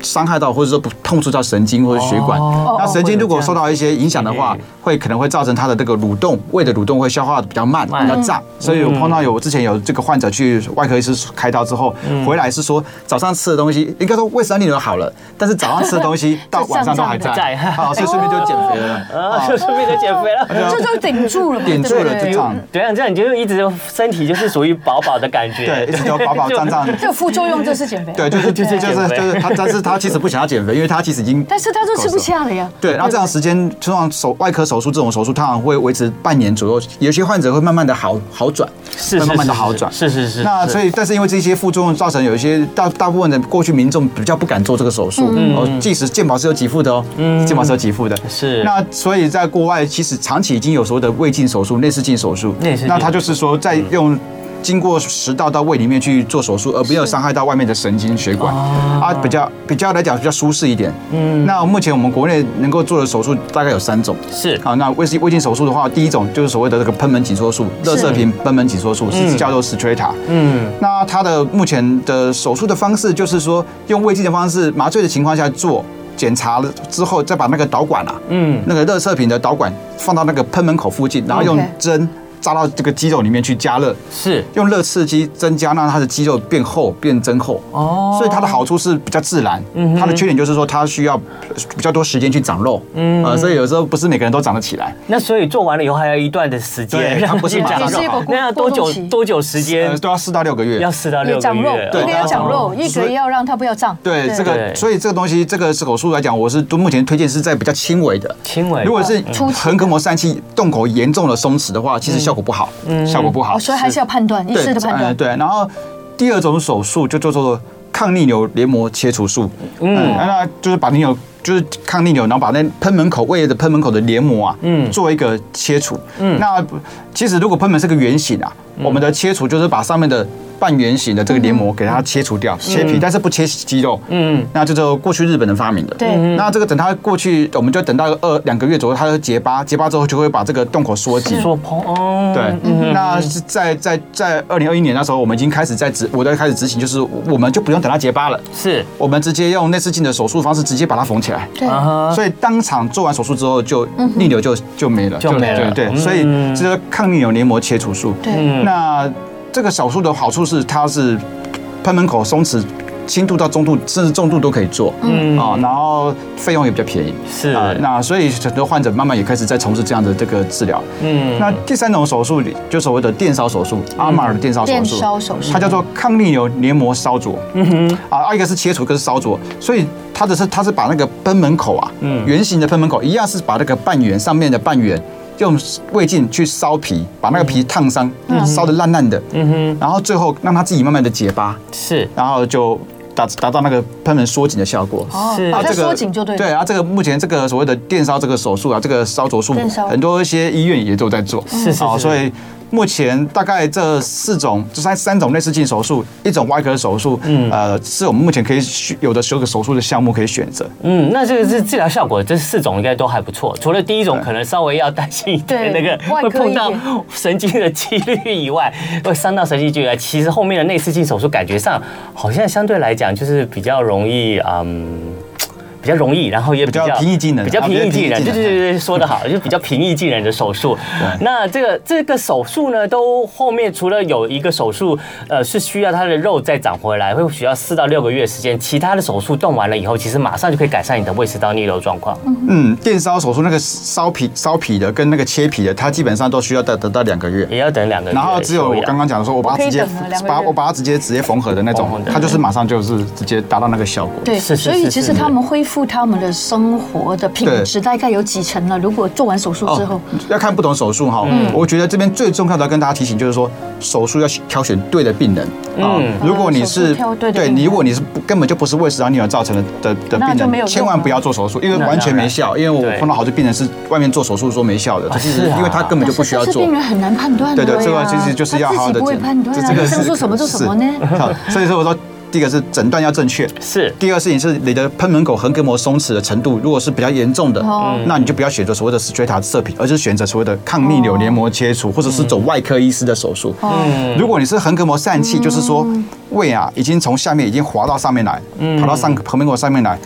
S4: 伤害到或者说不碰触到神经或者血管，
S3: 哦
S4: 那神经如果受到一些影响的话
S3: 嗯，
S4: 会可能会造成它的这个蠕动，胃的蠕动会消化的比较慢，
S3: 慢嗯
S4: 比较胀。所以我碰到有我之前有这个患者去外科医师开刀之后，
S3: 嗯
S4: 回来是说早上吃的东西，应该说胃酸逆流好了，但是早上吃的东西到晚上都 还在
S3: 胀胀的，在
S4: 好，所以顺便就减肥了。
S3: 啊，就顺便就减肥了。
S2: 这就顶住了嘛，
S4: 顶住了
S2: 对不对
S4: 就胀
S3: 对啊，这样你就一直身体就是属于饱饱的感觉，
S4: 对，一直都饱 饱胀胀。
S2: 这个副作用就是减肥，
S4: 对，就是就是就
S3: 减
S4: 是
S3: 肥
S4: 就是他，但是他其实不想要减肥，因为他其实已经，
S2: 但是他都吃不。下了呀。
S4: 对，然后这样时间，通常手外科手术这种手术，通常会维持半年左右，有些患者会慢慢的好好转，
S3: 是
S4: 会
S3: 是
S4: 慢慢的
S3: 是
S4: 好转。
S3: 是是是。
S4: 那
S3: 是
S4: 所以，但是因为这些副作用造成有一些大大部分的过去民众比较不敢做这个手
S3: 嗯
S4: 术，哦，即使健保是有给付的哦，健保是有给付的。
S3: 是
S4: 那所以在国外，其实长期已经有所谓的胃镜手术、内视镜手术
S3: 内视，镜
S4: 那它就是说在用。经过食道到胃里面去做手术，而没有伤害到外面的神经血管，啊，比较比较来讲比较舒适一点。嗯，那目前我们国内能够做的手术大概有三种，
S3: 是
S4: 好，那胃镜胃镜手术的话，第一种就是所谓的这个贲门紧缩术，热射瓶贲门紧缩术，是叫做 strata。
S3: 嗯，
S4: 那它的目前的手术的方式就是说，用胃镜的方式，麻醉的情况下做检查了之后，再把那个导管啊，
S3: 嗯，
S4: 那个热射瓶的导管放到那个贲门口附近，然后用
S2: OK
S4: 针扎到这个肌肉里面去加热，
S3: 是
S4: 用热刺激增加让它的肌肉变厚、变增厚。
S3: 哦嗯
S4: 所以它的好处是比较自然，它的缺点就是说它需要比较多时间去长肉，嗯，呃，所以有时候不是每个人都长得起来。
S3: 那所以做完了以后还要一段的时间，
S4: 对它
S3: 让
S4: 不是
S3: 去
S4: 马
S3: 长
S4: 上
S3: 肉
S4: 就好
S2: 过
S3: 那要多
S2: 过渡
S3: 久
S2: 期
S3: 多久时间
S4: 呃，？都要四到六个月。
S3: 要四到
S2: 也
S3: 六个
S2: 长肉，
S3: 月。啊
S2: 一个要长肉，一个要让它不要胀。
S4: 对这
S3: 对
S4: 个，所以这个东西，这个手术来讲，我是都目前推荐是在比较轻微的。
S3: 轻微。
S4: 如果是
S2: 初期的
S4: 横膈膜疝气、洞口严重的松弛的话，其实效果不好，效果不好。
S2: 哦，所以还是要判断，医
S4: 对
S2: 师的判
S4: 呃
S2: 断。
S4: 对，然后第二种手术就叫做抗逆流黏膜切除术，嗯，那就是把逆流就是抗逆流，然后把那喷门口胃的喷门口的黏膜啊，嗯，做一个嗯切除。嗯，那其实如果喷门是个圆形啊，我们的切除就是把上面的半圆形的这个黏膜给它切除掉，切皮，但是不切肌肉。嗯，那这就是过去日本人发明的。
S2: 对嗯
S4: 那这个等它过去，我们就等到二两个月左右，它就结疤，结疤之后就会把这个洞口缩紧。
S3: 说砰哦，
S4: 对，那是在在在二零二一年那时候，我们已经开始在执，我在开始执行，就是我们就不用等它结疤了，
S3: 是
S4: 我们直接用内视镜的手术方式直接把它缝起来。
S2: 对，
S3: 啊哈，
S4: 所以当场做完手术之后，就逆流就就没了，
S3: 就没了
S4: 对对，
S3: 嗯
S4: 所以这叫抗逆流黏膜切除术。
S2: 对
S3: 嗯
S4: 那这个手术的好处是，它是喷门口松弛。轻度到中度，甚至重度都可以做，嗯啊，然后费用也比较便宜，
S3: 哦是
S4: 啊那所以很多患者慢慢也开始在从事这样的这个治疗，
S3: 嗯
S4: 那第三种手术就所谓的电烧手术，阿马尔的电烧手术，
S2: 电烧手术
S4: 它叫做抗逆流黏膜烧灼。嗯哼，啊，一个是切除，一个是烧灼，所以它的是它是把那个贲门口啊，圆形的贲门口一样是把那个半圆上面的半圆。用胃镜去烧皮，把那个皮烫伤，烧的烂烂的，嗯哼，然后最后让它自己慢慢的结疤，
S3: 是
S4: 然后就达达到那个贲门缩紧的效果。
S2: 哦
S3: 是，
S2: 把
S4: 啊
S2: 它
S4: 这个
S2: 缩紧就对了。
S4: 对啊，这个目前这个所谓的电烧这个手术啊，这个烧灼术
S2: 电烧，嗯
S4: 很多一些医院也都在做。
S3: 是是
S4: 啊，
S3: 是
S4: 所以目前大概这四种，这三三种内视镜手术，一种外科手术，呃，是我们目前可以选有的十个手术的项目可以选择。
S3: 嗯，那这个是治疗效果，这四种应该都还不错。除了第一种可能稍微要担心一点那
S2: 对
S3: 个
S2: 外
S3: 会
S2: 科
S3: 碰
S2: 一
S3: 到
S2: 点
S3: 神经的几率以外，会伤到神经以外，其实后面的内视镜手术感觉上好像相对来讲就是比较容易，嗯。比较容易，然后也比较
S4: 比较平易近人
S3: 比较
S4: 啊
S3: 平易
S4: 比较平
S3: 近
S4: 易
S3: 人，
S4: 近
S3: 对
S4: 人
S3: 对对对，说得好，就比较平易近人的手术。那这个这个手术呢，都后面除了有一个手术，呃，是需要它的肉再长回来，会需要四到六个月时间。其他的手术动完了以后，其实马上就可以改善你的胃食道逆流状况。
S4: 嗯，电烧手术那个烧皮烧皮的跟那个切皮的，它基本上都需要得得到两个月。
S3: 也要等两个月。
S4: 然后只有我刚刚讲的说，我把它直接
S2: 我可以等啊两个月
S4: 把我把它直接直接缝合的那
S3: 缝合
S4: 种
S3: 的，
S4: 它就是马上就是直接达到那个效果。
S2: 对，
S3: 是是
S2: 所
S3: 是
S2: 以其实
S3: 是
S2: 他们恢复他们的生活的品质大概有几成了？如果做完手术之后，
S4: 哦
S2: 嗯
S4: 要看不同手术哈。我觉得这边最重要的要跟大家提醒就是说，手术要挑选对的病人啊。如果你
S2: 嗯手术
S4: 是
S2: 挑对的病人
S4: 你如果你是不根本就不是胃食道逆流造成的的的
S2: 那就
S4: 病
S2: 没有用
S4: 人，千万不要做手术，因为
S3: 那
S4: 完全
S3: 当然
S4: 没效。因为我
S3: 对
S4: 碰到好多病人是外面做手术说没效的，就是
S3: 啊
S4: 因为他根本就不需要
S2: 哦但是
S4: 做
S2: 病。人很难判断的
S4: 对对，
S2: 呀
S4: 这个其实就是要好
S2: 他
S4: 好
S2: 自
S4: 的
S2: 己不会判断啊，医生说什么做什么呢？？
S4: 是所以说我说，第一个是诊断要正确，
S3: 是
S4: 第二事情是你的贲门口横膈膜松弛的程度，如果是比较严重的，
S2: 哦
S4: 那你就不要选择所谓的 s t r a t a 射频，而是选择所谓的抗逆流黏膜切
S2: 哦
S4: 除，或者是走外科医师的手术。如果你是横膈膜疝气，就是说胃啊已经从下面已经滑到上面来，
S2: 嗯
S4: 跑到上横膈膜上面来，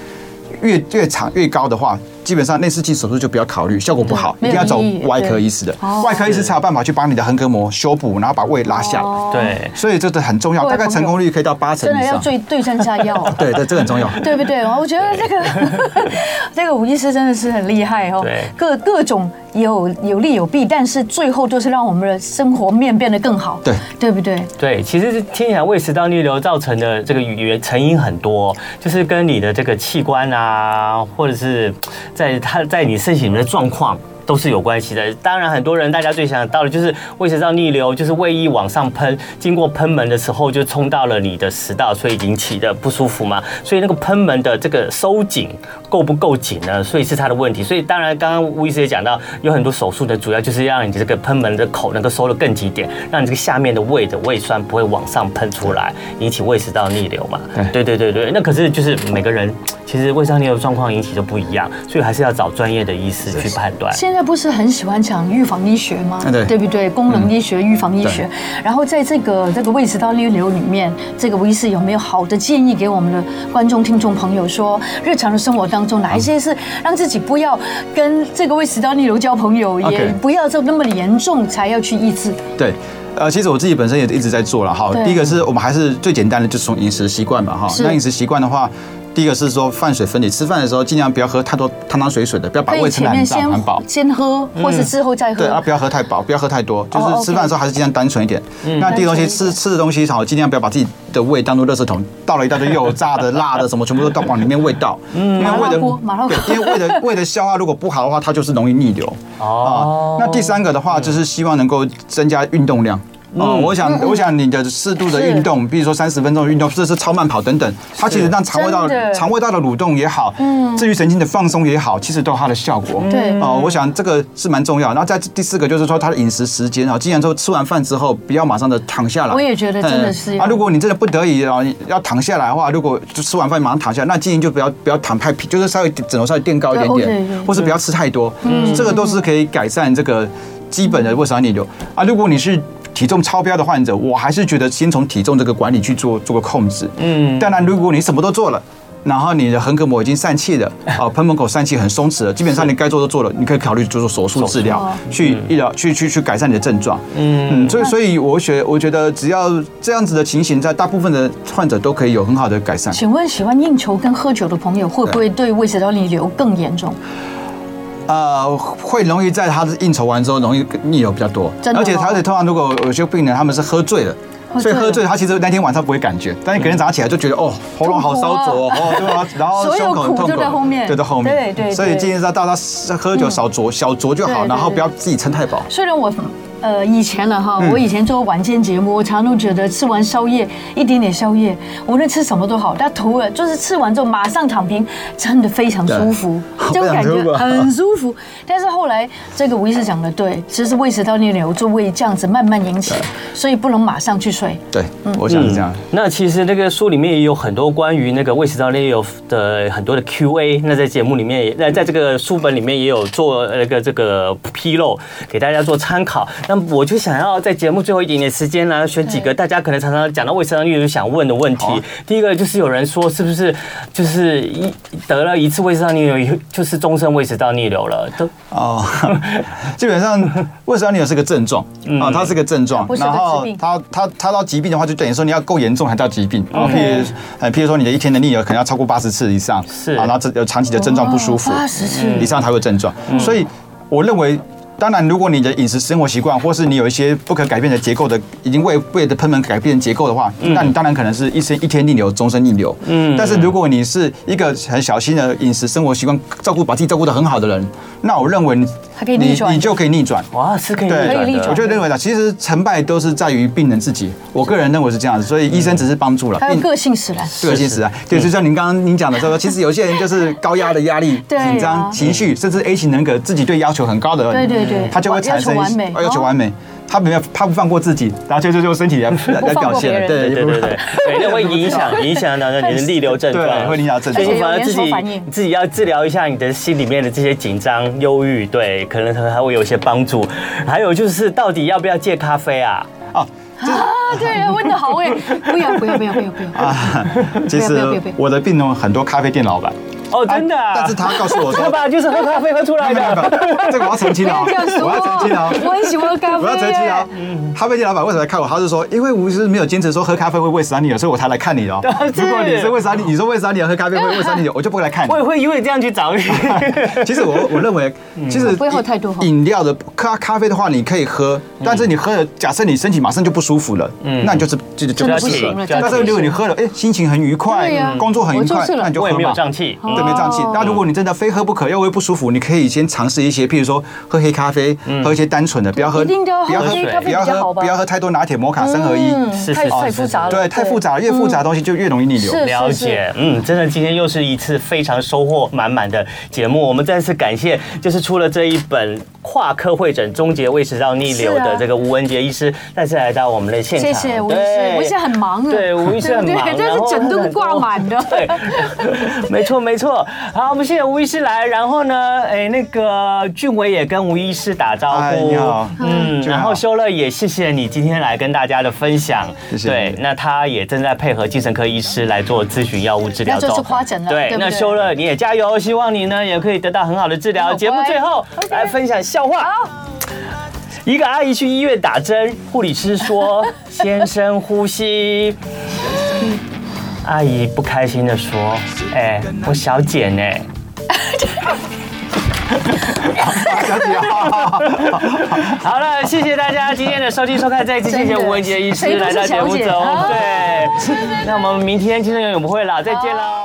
S4: 越越长越高的话。基本上内视镜手术就不要考虑，效果不好，一
S2: 没有
S4: 定要走
S2: 意义
S4: 外科
S2: 对
S4: 医师的
S2: 哦，
S4: 外科医师才有办法去帮你的横膈膜修补，然后把胃拉下来。
S3: 对。
S4: 所以这个很重要，
S2: 哦各位
S4: 大概
S2: 朋
S4: 成
S2: 友
S4: 功率可以到八成
S2: 真的
S4: 以
S2: 要
S4: 上。
S2: 对对症下药。
S4: 对对，这个很重要。
S2: 对不对？我觉得这个 这个吴医师真的是很厉害哦
S3: 对，
S2: 各各种有有利有弊，但是最后都是让我们的生活面变得更好，
S4: 对
S2: 对不对？
S3: 对，其实听起来胃食道逆流造成的这个原成因很多，就是跟你的这个器官啊，或者是在它在你身体里面的状况。都是有关系的。当然，很多人大家最想到的就是胃食道逆流，就是胃液往上喷，经过喷门的时候就冲到了你的食道，所以引起的不舒服嘛。所以那个喷门的这个收紧够不够紧呢？所以是它的问题。所以当然，刚刚吴医师也讲到，有很多手术的主要就是让你这个喷门的口能够收得更紧一点，让你这个下面的胃的胃酸不会往上喷出来，引起胃食道逆流嘛。对对对对，那可是就是每个人其实胃食道逆流状况引起都不一样，所以还是要找专业的医师去判断。
S2: 现在不是很喜欢讲预防医学吗？
S4: 嗯对嗯
S2: 不对？功能医学、预防医学。然后在这个这个胃食道逆流里面，这个吴医师有没有好的建议给我们的观众、听众朋友说，日常的生活当中哪一些是让自己不要跟这个胃食道逆流交朋友，也
S4: OK
S2: 不要就那么严重才要去医治？
S4: 对。呃，其实我自己本身也一直在做了哈
S2: 对。
S4: 第一个是我们还是最简单的，就是从饮食习惯嘛哈。
S2: 是
S4: 那饮食习惯的话，第一个是说饭水分离，吃饭的时候尽量不要喝太多汤汤水水的，不要把
S2: 可以
S4: 胃撑得
S2: 前
S4: 很
S2: 面
S4: 胀
S2: 先
S4: 很饱。嗯
S2: 先喝，或是之后再喝。
S4: 对啊，不要喝太饱，不要喝太多，就
S2: 哦
S4: 是吃饭的时候还是尽量单纯一点。那第一个东西
S2: 单纯一
S4: 吃吃的东西好，尽量不要把自己的胃当做垃圾桶，倒了一大堆油炸的、辣的什么，全部都倒往里面胃倒。嗯，因为胃
S2: 麻辣
S4: 的
S2: 锅麻辣锅
S4: 对，因为胃的胃的消化如果不好的话，它就是容易逆流。
S3: 哦
S4: 啊，那第三个的话就是希望能够增加运动量。哦，我想，我想你的适度的
S2: 嗯是
S4: 运动，比如说三十分钟的运动，甚至是超慢跑等等，它其实让肠胃道
S2: 真的嗯
S4: 肠胃道的蠕动也好，至于神经的放松也好，其实都有它的效果。
S2: 对
S4: 哦，我想这个是蛮重要。然后在第四个就是说，他的饮食时间啊，既然说吃完饭之后不要马上的躺下来，
S2: 我也觉得真的是
S4: 嗯啊，如果你真的不得已啊要躺下来的话，如果就吃完饭马上躺下，那建议就不要不要躺太平，就是稍微枕头稍微垫高一点
S2: 对
S4: 点
S2: ，OK，对，
S4: 或是不要吃太多，这个都是可以改善这个基本的胃酸逆流啊。如果你是体重超标的患者，我还是觉得先从体重这个管理去做做个控制。嗯，当然，如果你什么都做了。然后你的横膈膜已经散气了，哦，喷门口散气很松弛了，基本上你该做都做了，你可以考虑做做手术治疗，去医疗去去去改善你的症状。嗯，所以所以我觉我觉得只要这样子的情形，在大部分的患者都可以有很好的改善。
S2: 请问喜欢应酬跟喝酒的朋友，会不会对胃食道逆流更严重？
S4: 呃，会容易在他应酬完之后容易逆流比较多，
S2: 真的
S4: 而且
S2: 哦
S4: 而且通常如果有些病人他们是喝醉了。
S2: 喝醉
S4: 所以
S2: 了嗯
S4: 喝醉，他其实那天晚上不会感觉，但是隔天早上起来就觉得哦，喉咙好烧 灼哦，哦对啊，然后
S2: 所有
S4: 胸口很
S2: 苦
S4: 痛
S2: 就在后面
S4: 就在后面，
S2: 对对对嗯
S4: 所以建议大家喝酒少酌，小酌就
S2: 对
S4: 好，
S2: 对
S4: 然后
S2: 对
S4: 不要自己撑太饱。
S2: 虽然我。呃，以前了
S4: 嗯
S2: 哈，我以前做晚间节目，我常常都觉得吃完宵夜一点点宵夜，无论吃什么都好，但头了就是吃完之后马上躺平，真的非常舒服，这
S4: 对
S2: 种感
S4: 非常舒服
S2: 觉
S4: 啊
S2: 很舒服。但是后来这个吴医师讲的对，其实胃食道逆流就会这样子慢慢引起，所以不能马上去睡。
S4: 对，我想是这样。
S3: 嗯那其实那个书里面也有很多关于那个胃食道逆流的很多的 Q&A，那在节目里面也那在这个书本里面也有做那个这个披露，给大家做参考。那我就想要在节目最后一点点时间呢，选几个大家可能常常讲到胃食道逆流想问的问题
S4: 好啊。
S3: 第一个就是有人说是不是就是一得了一次胃食道逆流以后就是终身胃食道逆流了？都
S4: 哦， 基本上胃食道逆流是个症状啊，它是个症状
S2: 不，是个
S4: 然后
S2: 疾病
S4: 它它它到疾病的话，就等于说你要够严重才叫疾病啊。譬如呃，譬如说你的一天的逆流可能要超过八十次以上，
S3: 是
S4: 啊，然后这有长期的症状不舒服，
S2: 哦八十次
S4: 以上才会有症状。所以我认为。当然，如果你的饮食生活习惯，或是你有一些不可改变的结构的，已经胃胃的喷门改变结构的话，那你当然可能是一生一天逆流，终身逆流。嗯，但是如果你是一个很小心的饮食生活习惯，照顾把自己照顾得很好的人，那我认为你
S2: 还可以逆转嗯
S4: 你你就可以逆转。
S3: 哇是可以逆
S4: 对，
S3: 转
S2: 可以逆
S3: 的
S2: 转
S4: 我就认为啦，其实成败都是在于病人自己。我个人认为是这样子，所以医生只是帮助了。
S2: 还有
S4: 病
S2: 个性使然。
S4: 个性使然，对，就像您刚刚您讲 的时候，其实有些人就是高压的压力、
S2: 对啊
S4: 紧张、情绪，甚至 A 型人格，自己对要求很高的人，
S2: 对对对
S4: 他就会产生哦
S2: 要求完美哦
S4: 要求完美，他没有他不放过自己，然后就就用 身体来来
S2: 放过
S4: 表现了，
S2: 别人
S4: 对
S3: 对对对，对，那会影 响影响到你的逆流症状，
S4: 对会影响症状
S3: 所以你反而自
S2: 而且有连锁
S3: 己
S2: 反应
S3: 自己要治疗一下你的心里面的这些紧张、忧郁，对，可能还会有一些帮助。还有就是，到底要不要戒咖啡啊？
S4: 啊。
S2: 啊，对，问的好哎，不要不要不要不要不要，
S4: 啊，其
S2: 不
S4: 实
S2: 要不要不要
S4: 我的病人很多咖啡店老板，
S3: 哦，真的、啊
S4: 但是他告 诉我
S3: 爸
S4: 说，
S3: 爸就是喝咖啡喝出来
S4: 没有没有没
S3: 的。
S4: 有这个我要澄清哦
S2: 不 要这样，说，
S4: 我要澄清哦。
S2: 我很喜欢喝咖啡。
S4: 我要澄清啊，咖啡店老板为什么来看我？他是说，因为吴医师没有坚持说喝咖啡会胃食道逆流，所以我才来看你的哦。
S3: 是
S4: 如果你是胃食道逆，你说胃食道逆流喝咖啡会胃食道逆流，我就不会来看
S3: 我也
S4: 你。
S3: 会因为这样去找 你。
S4: 其实我我认为，其实
S2: 不会喝太多哦
S4: 饮料的咖咖啡的话，你可以喝，但是你喝了，假设你身体马上就不舒服了，那你就是就就
S2: 真的
S4: 不
S2: 不
S4: 适
S2: 行
S4: 合
S2: 了。
S3: 就要
S4: 但是如果你喝了，哎，心情很愉快
S2: 对呀，
S4: 工作很愉
S2: 我
S4: 快
S2: 就是，了
S4: 那你就
S3: 我也
S4: 喝
S3: 没有
S4: 嘛。
S3: 胀 气。
S2: 哦
S4: 对，没胀气
S2: 哦。
S4: 那如果你真的非喝不可，又胃不舒服，你可以先尝试一些，譬如说喝黑咖啡，喝一些单纯的，不要喝，
S2: 一定都要喝
S4: 不要
S2: 黑咖啡
S4: 不要
S2: 比较好
S4: 喝，
S2: 吧嗯
S4: 不要喝太多拿铁、摩卡、三合一。
S3: 是
S2: 哎太
S3: 是
S2: 太
S3: 是
S2: 复杂了，
S4: 对，太复杂了，越复杂的东西就越容易逆流。
S2: 是
S3: 了解，嗯，真的，今天又是一次非常收获满满的节目。我们再次感谢，就是出了这一本跨科会诊终结胃食道逆流
S2: 是
S3: 的
S2: 啊
S3: 这个吴文杰医师，再次来到我们的现
S2: 谢
S3: 场。
S2: 谢吴医
S3: 对
S2: 师，吴医师很忙啊，
S3: 对，吴医师很忙，
S2: 对对
S3: 然后
S2: 就是整
S3: 很
S2: 栋
S3: 多
S2: 挂满的。
S3: 对， 没错没错。好，我们谢谢吴医师来，然后呢，哎，那个俊伟也跟吴医师打招
S4: 哎
S3: 呼。
S4: 你好
S3: 嗯，
S4: 俊伟
S3: 然后
S4: 好
S3: 修乐也谢谢你今天来跟大家的分享。
S4: 谢谢
S3: 对，那他也正在配合精神科医师来做咨询药物治疗
S2: 那
S3: 中。
S2: 就是夸诊了对
S3: 对，
S2: 不对
S3: 那修乐你也加油，希望你呢也可以得到很好的治疗。
S2: 好乖
S3: 节目最后
S2: OK
S3: 来分享笑话。一个阿姨去医院打针，护理师说：“先生呼吸。”阿姨不开心的说：“哎、我小姐呢？
S4: 小姐好，
S3: 好了，谢谢大家今天的收听收看，再一次谢谢
S2: 真的
S3: 吴文杰医师
S2: 谁都
S3: 来
S2: 是
S3: 到节目
S2: 小姐
S3: 中。
S2: 啊
S3: 对，那我们明天精神有我们会啦，再见喽。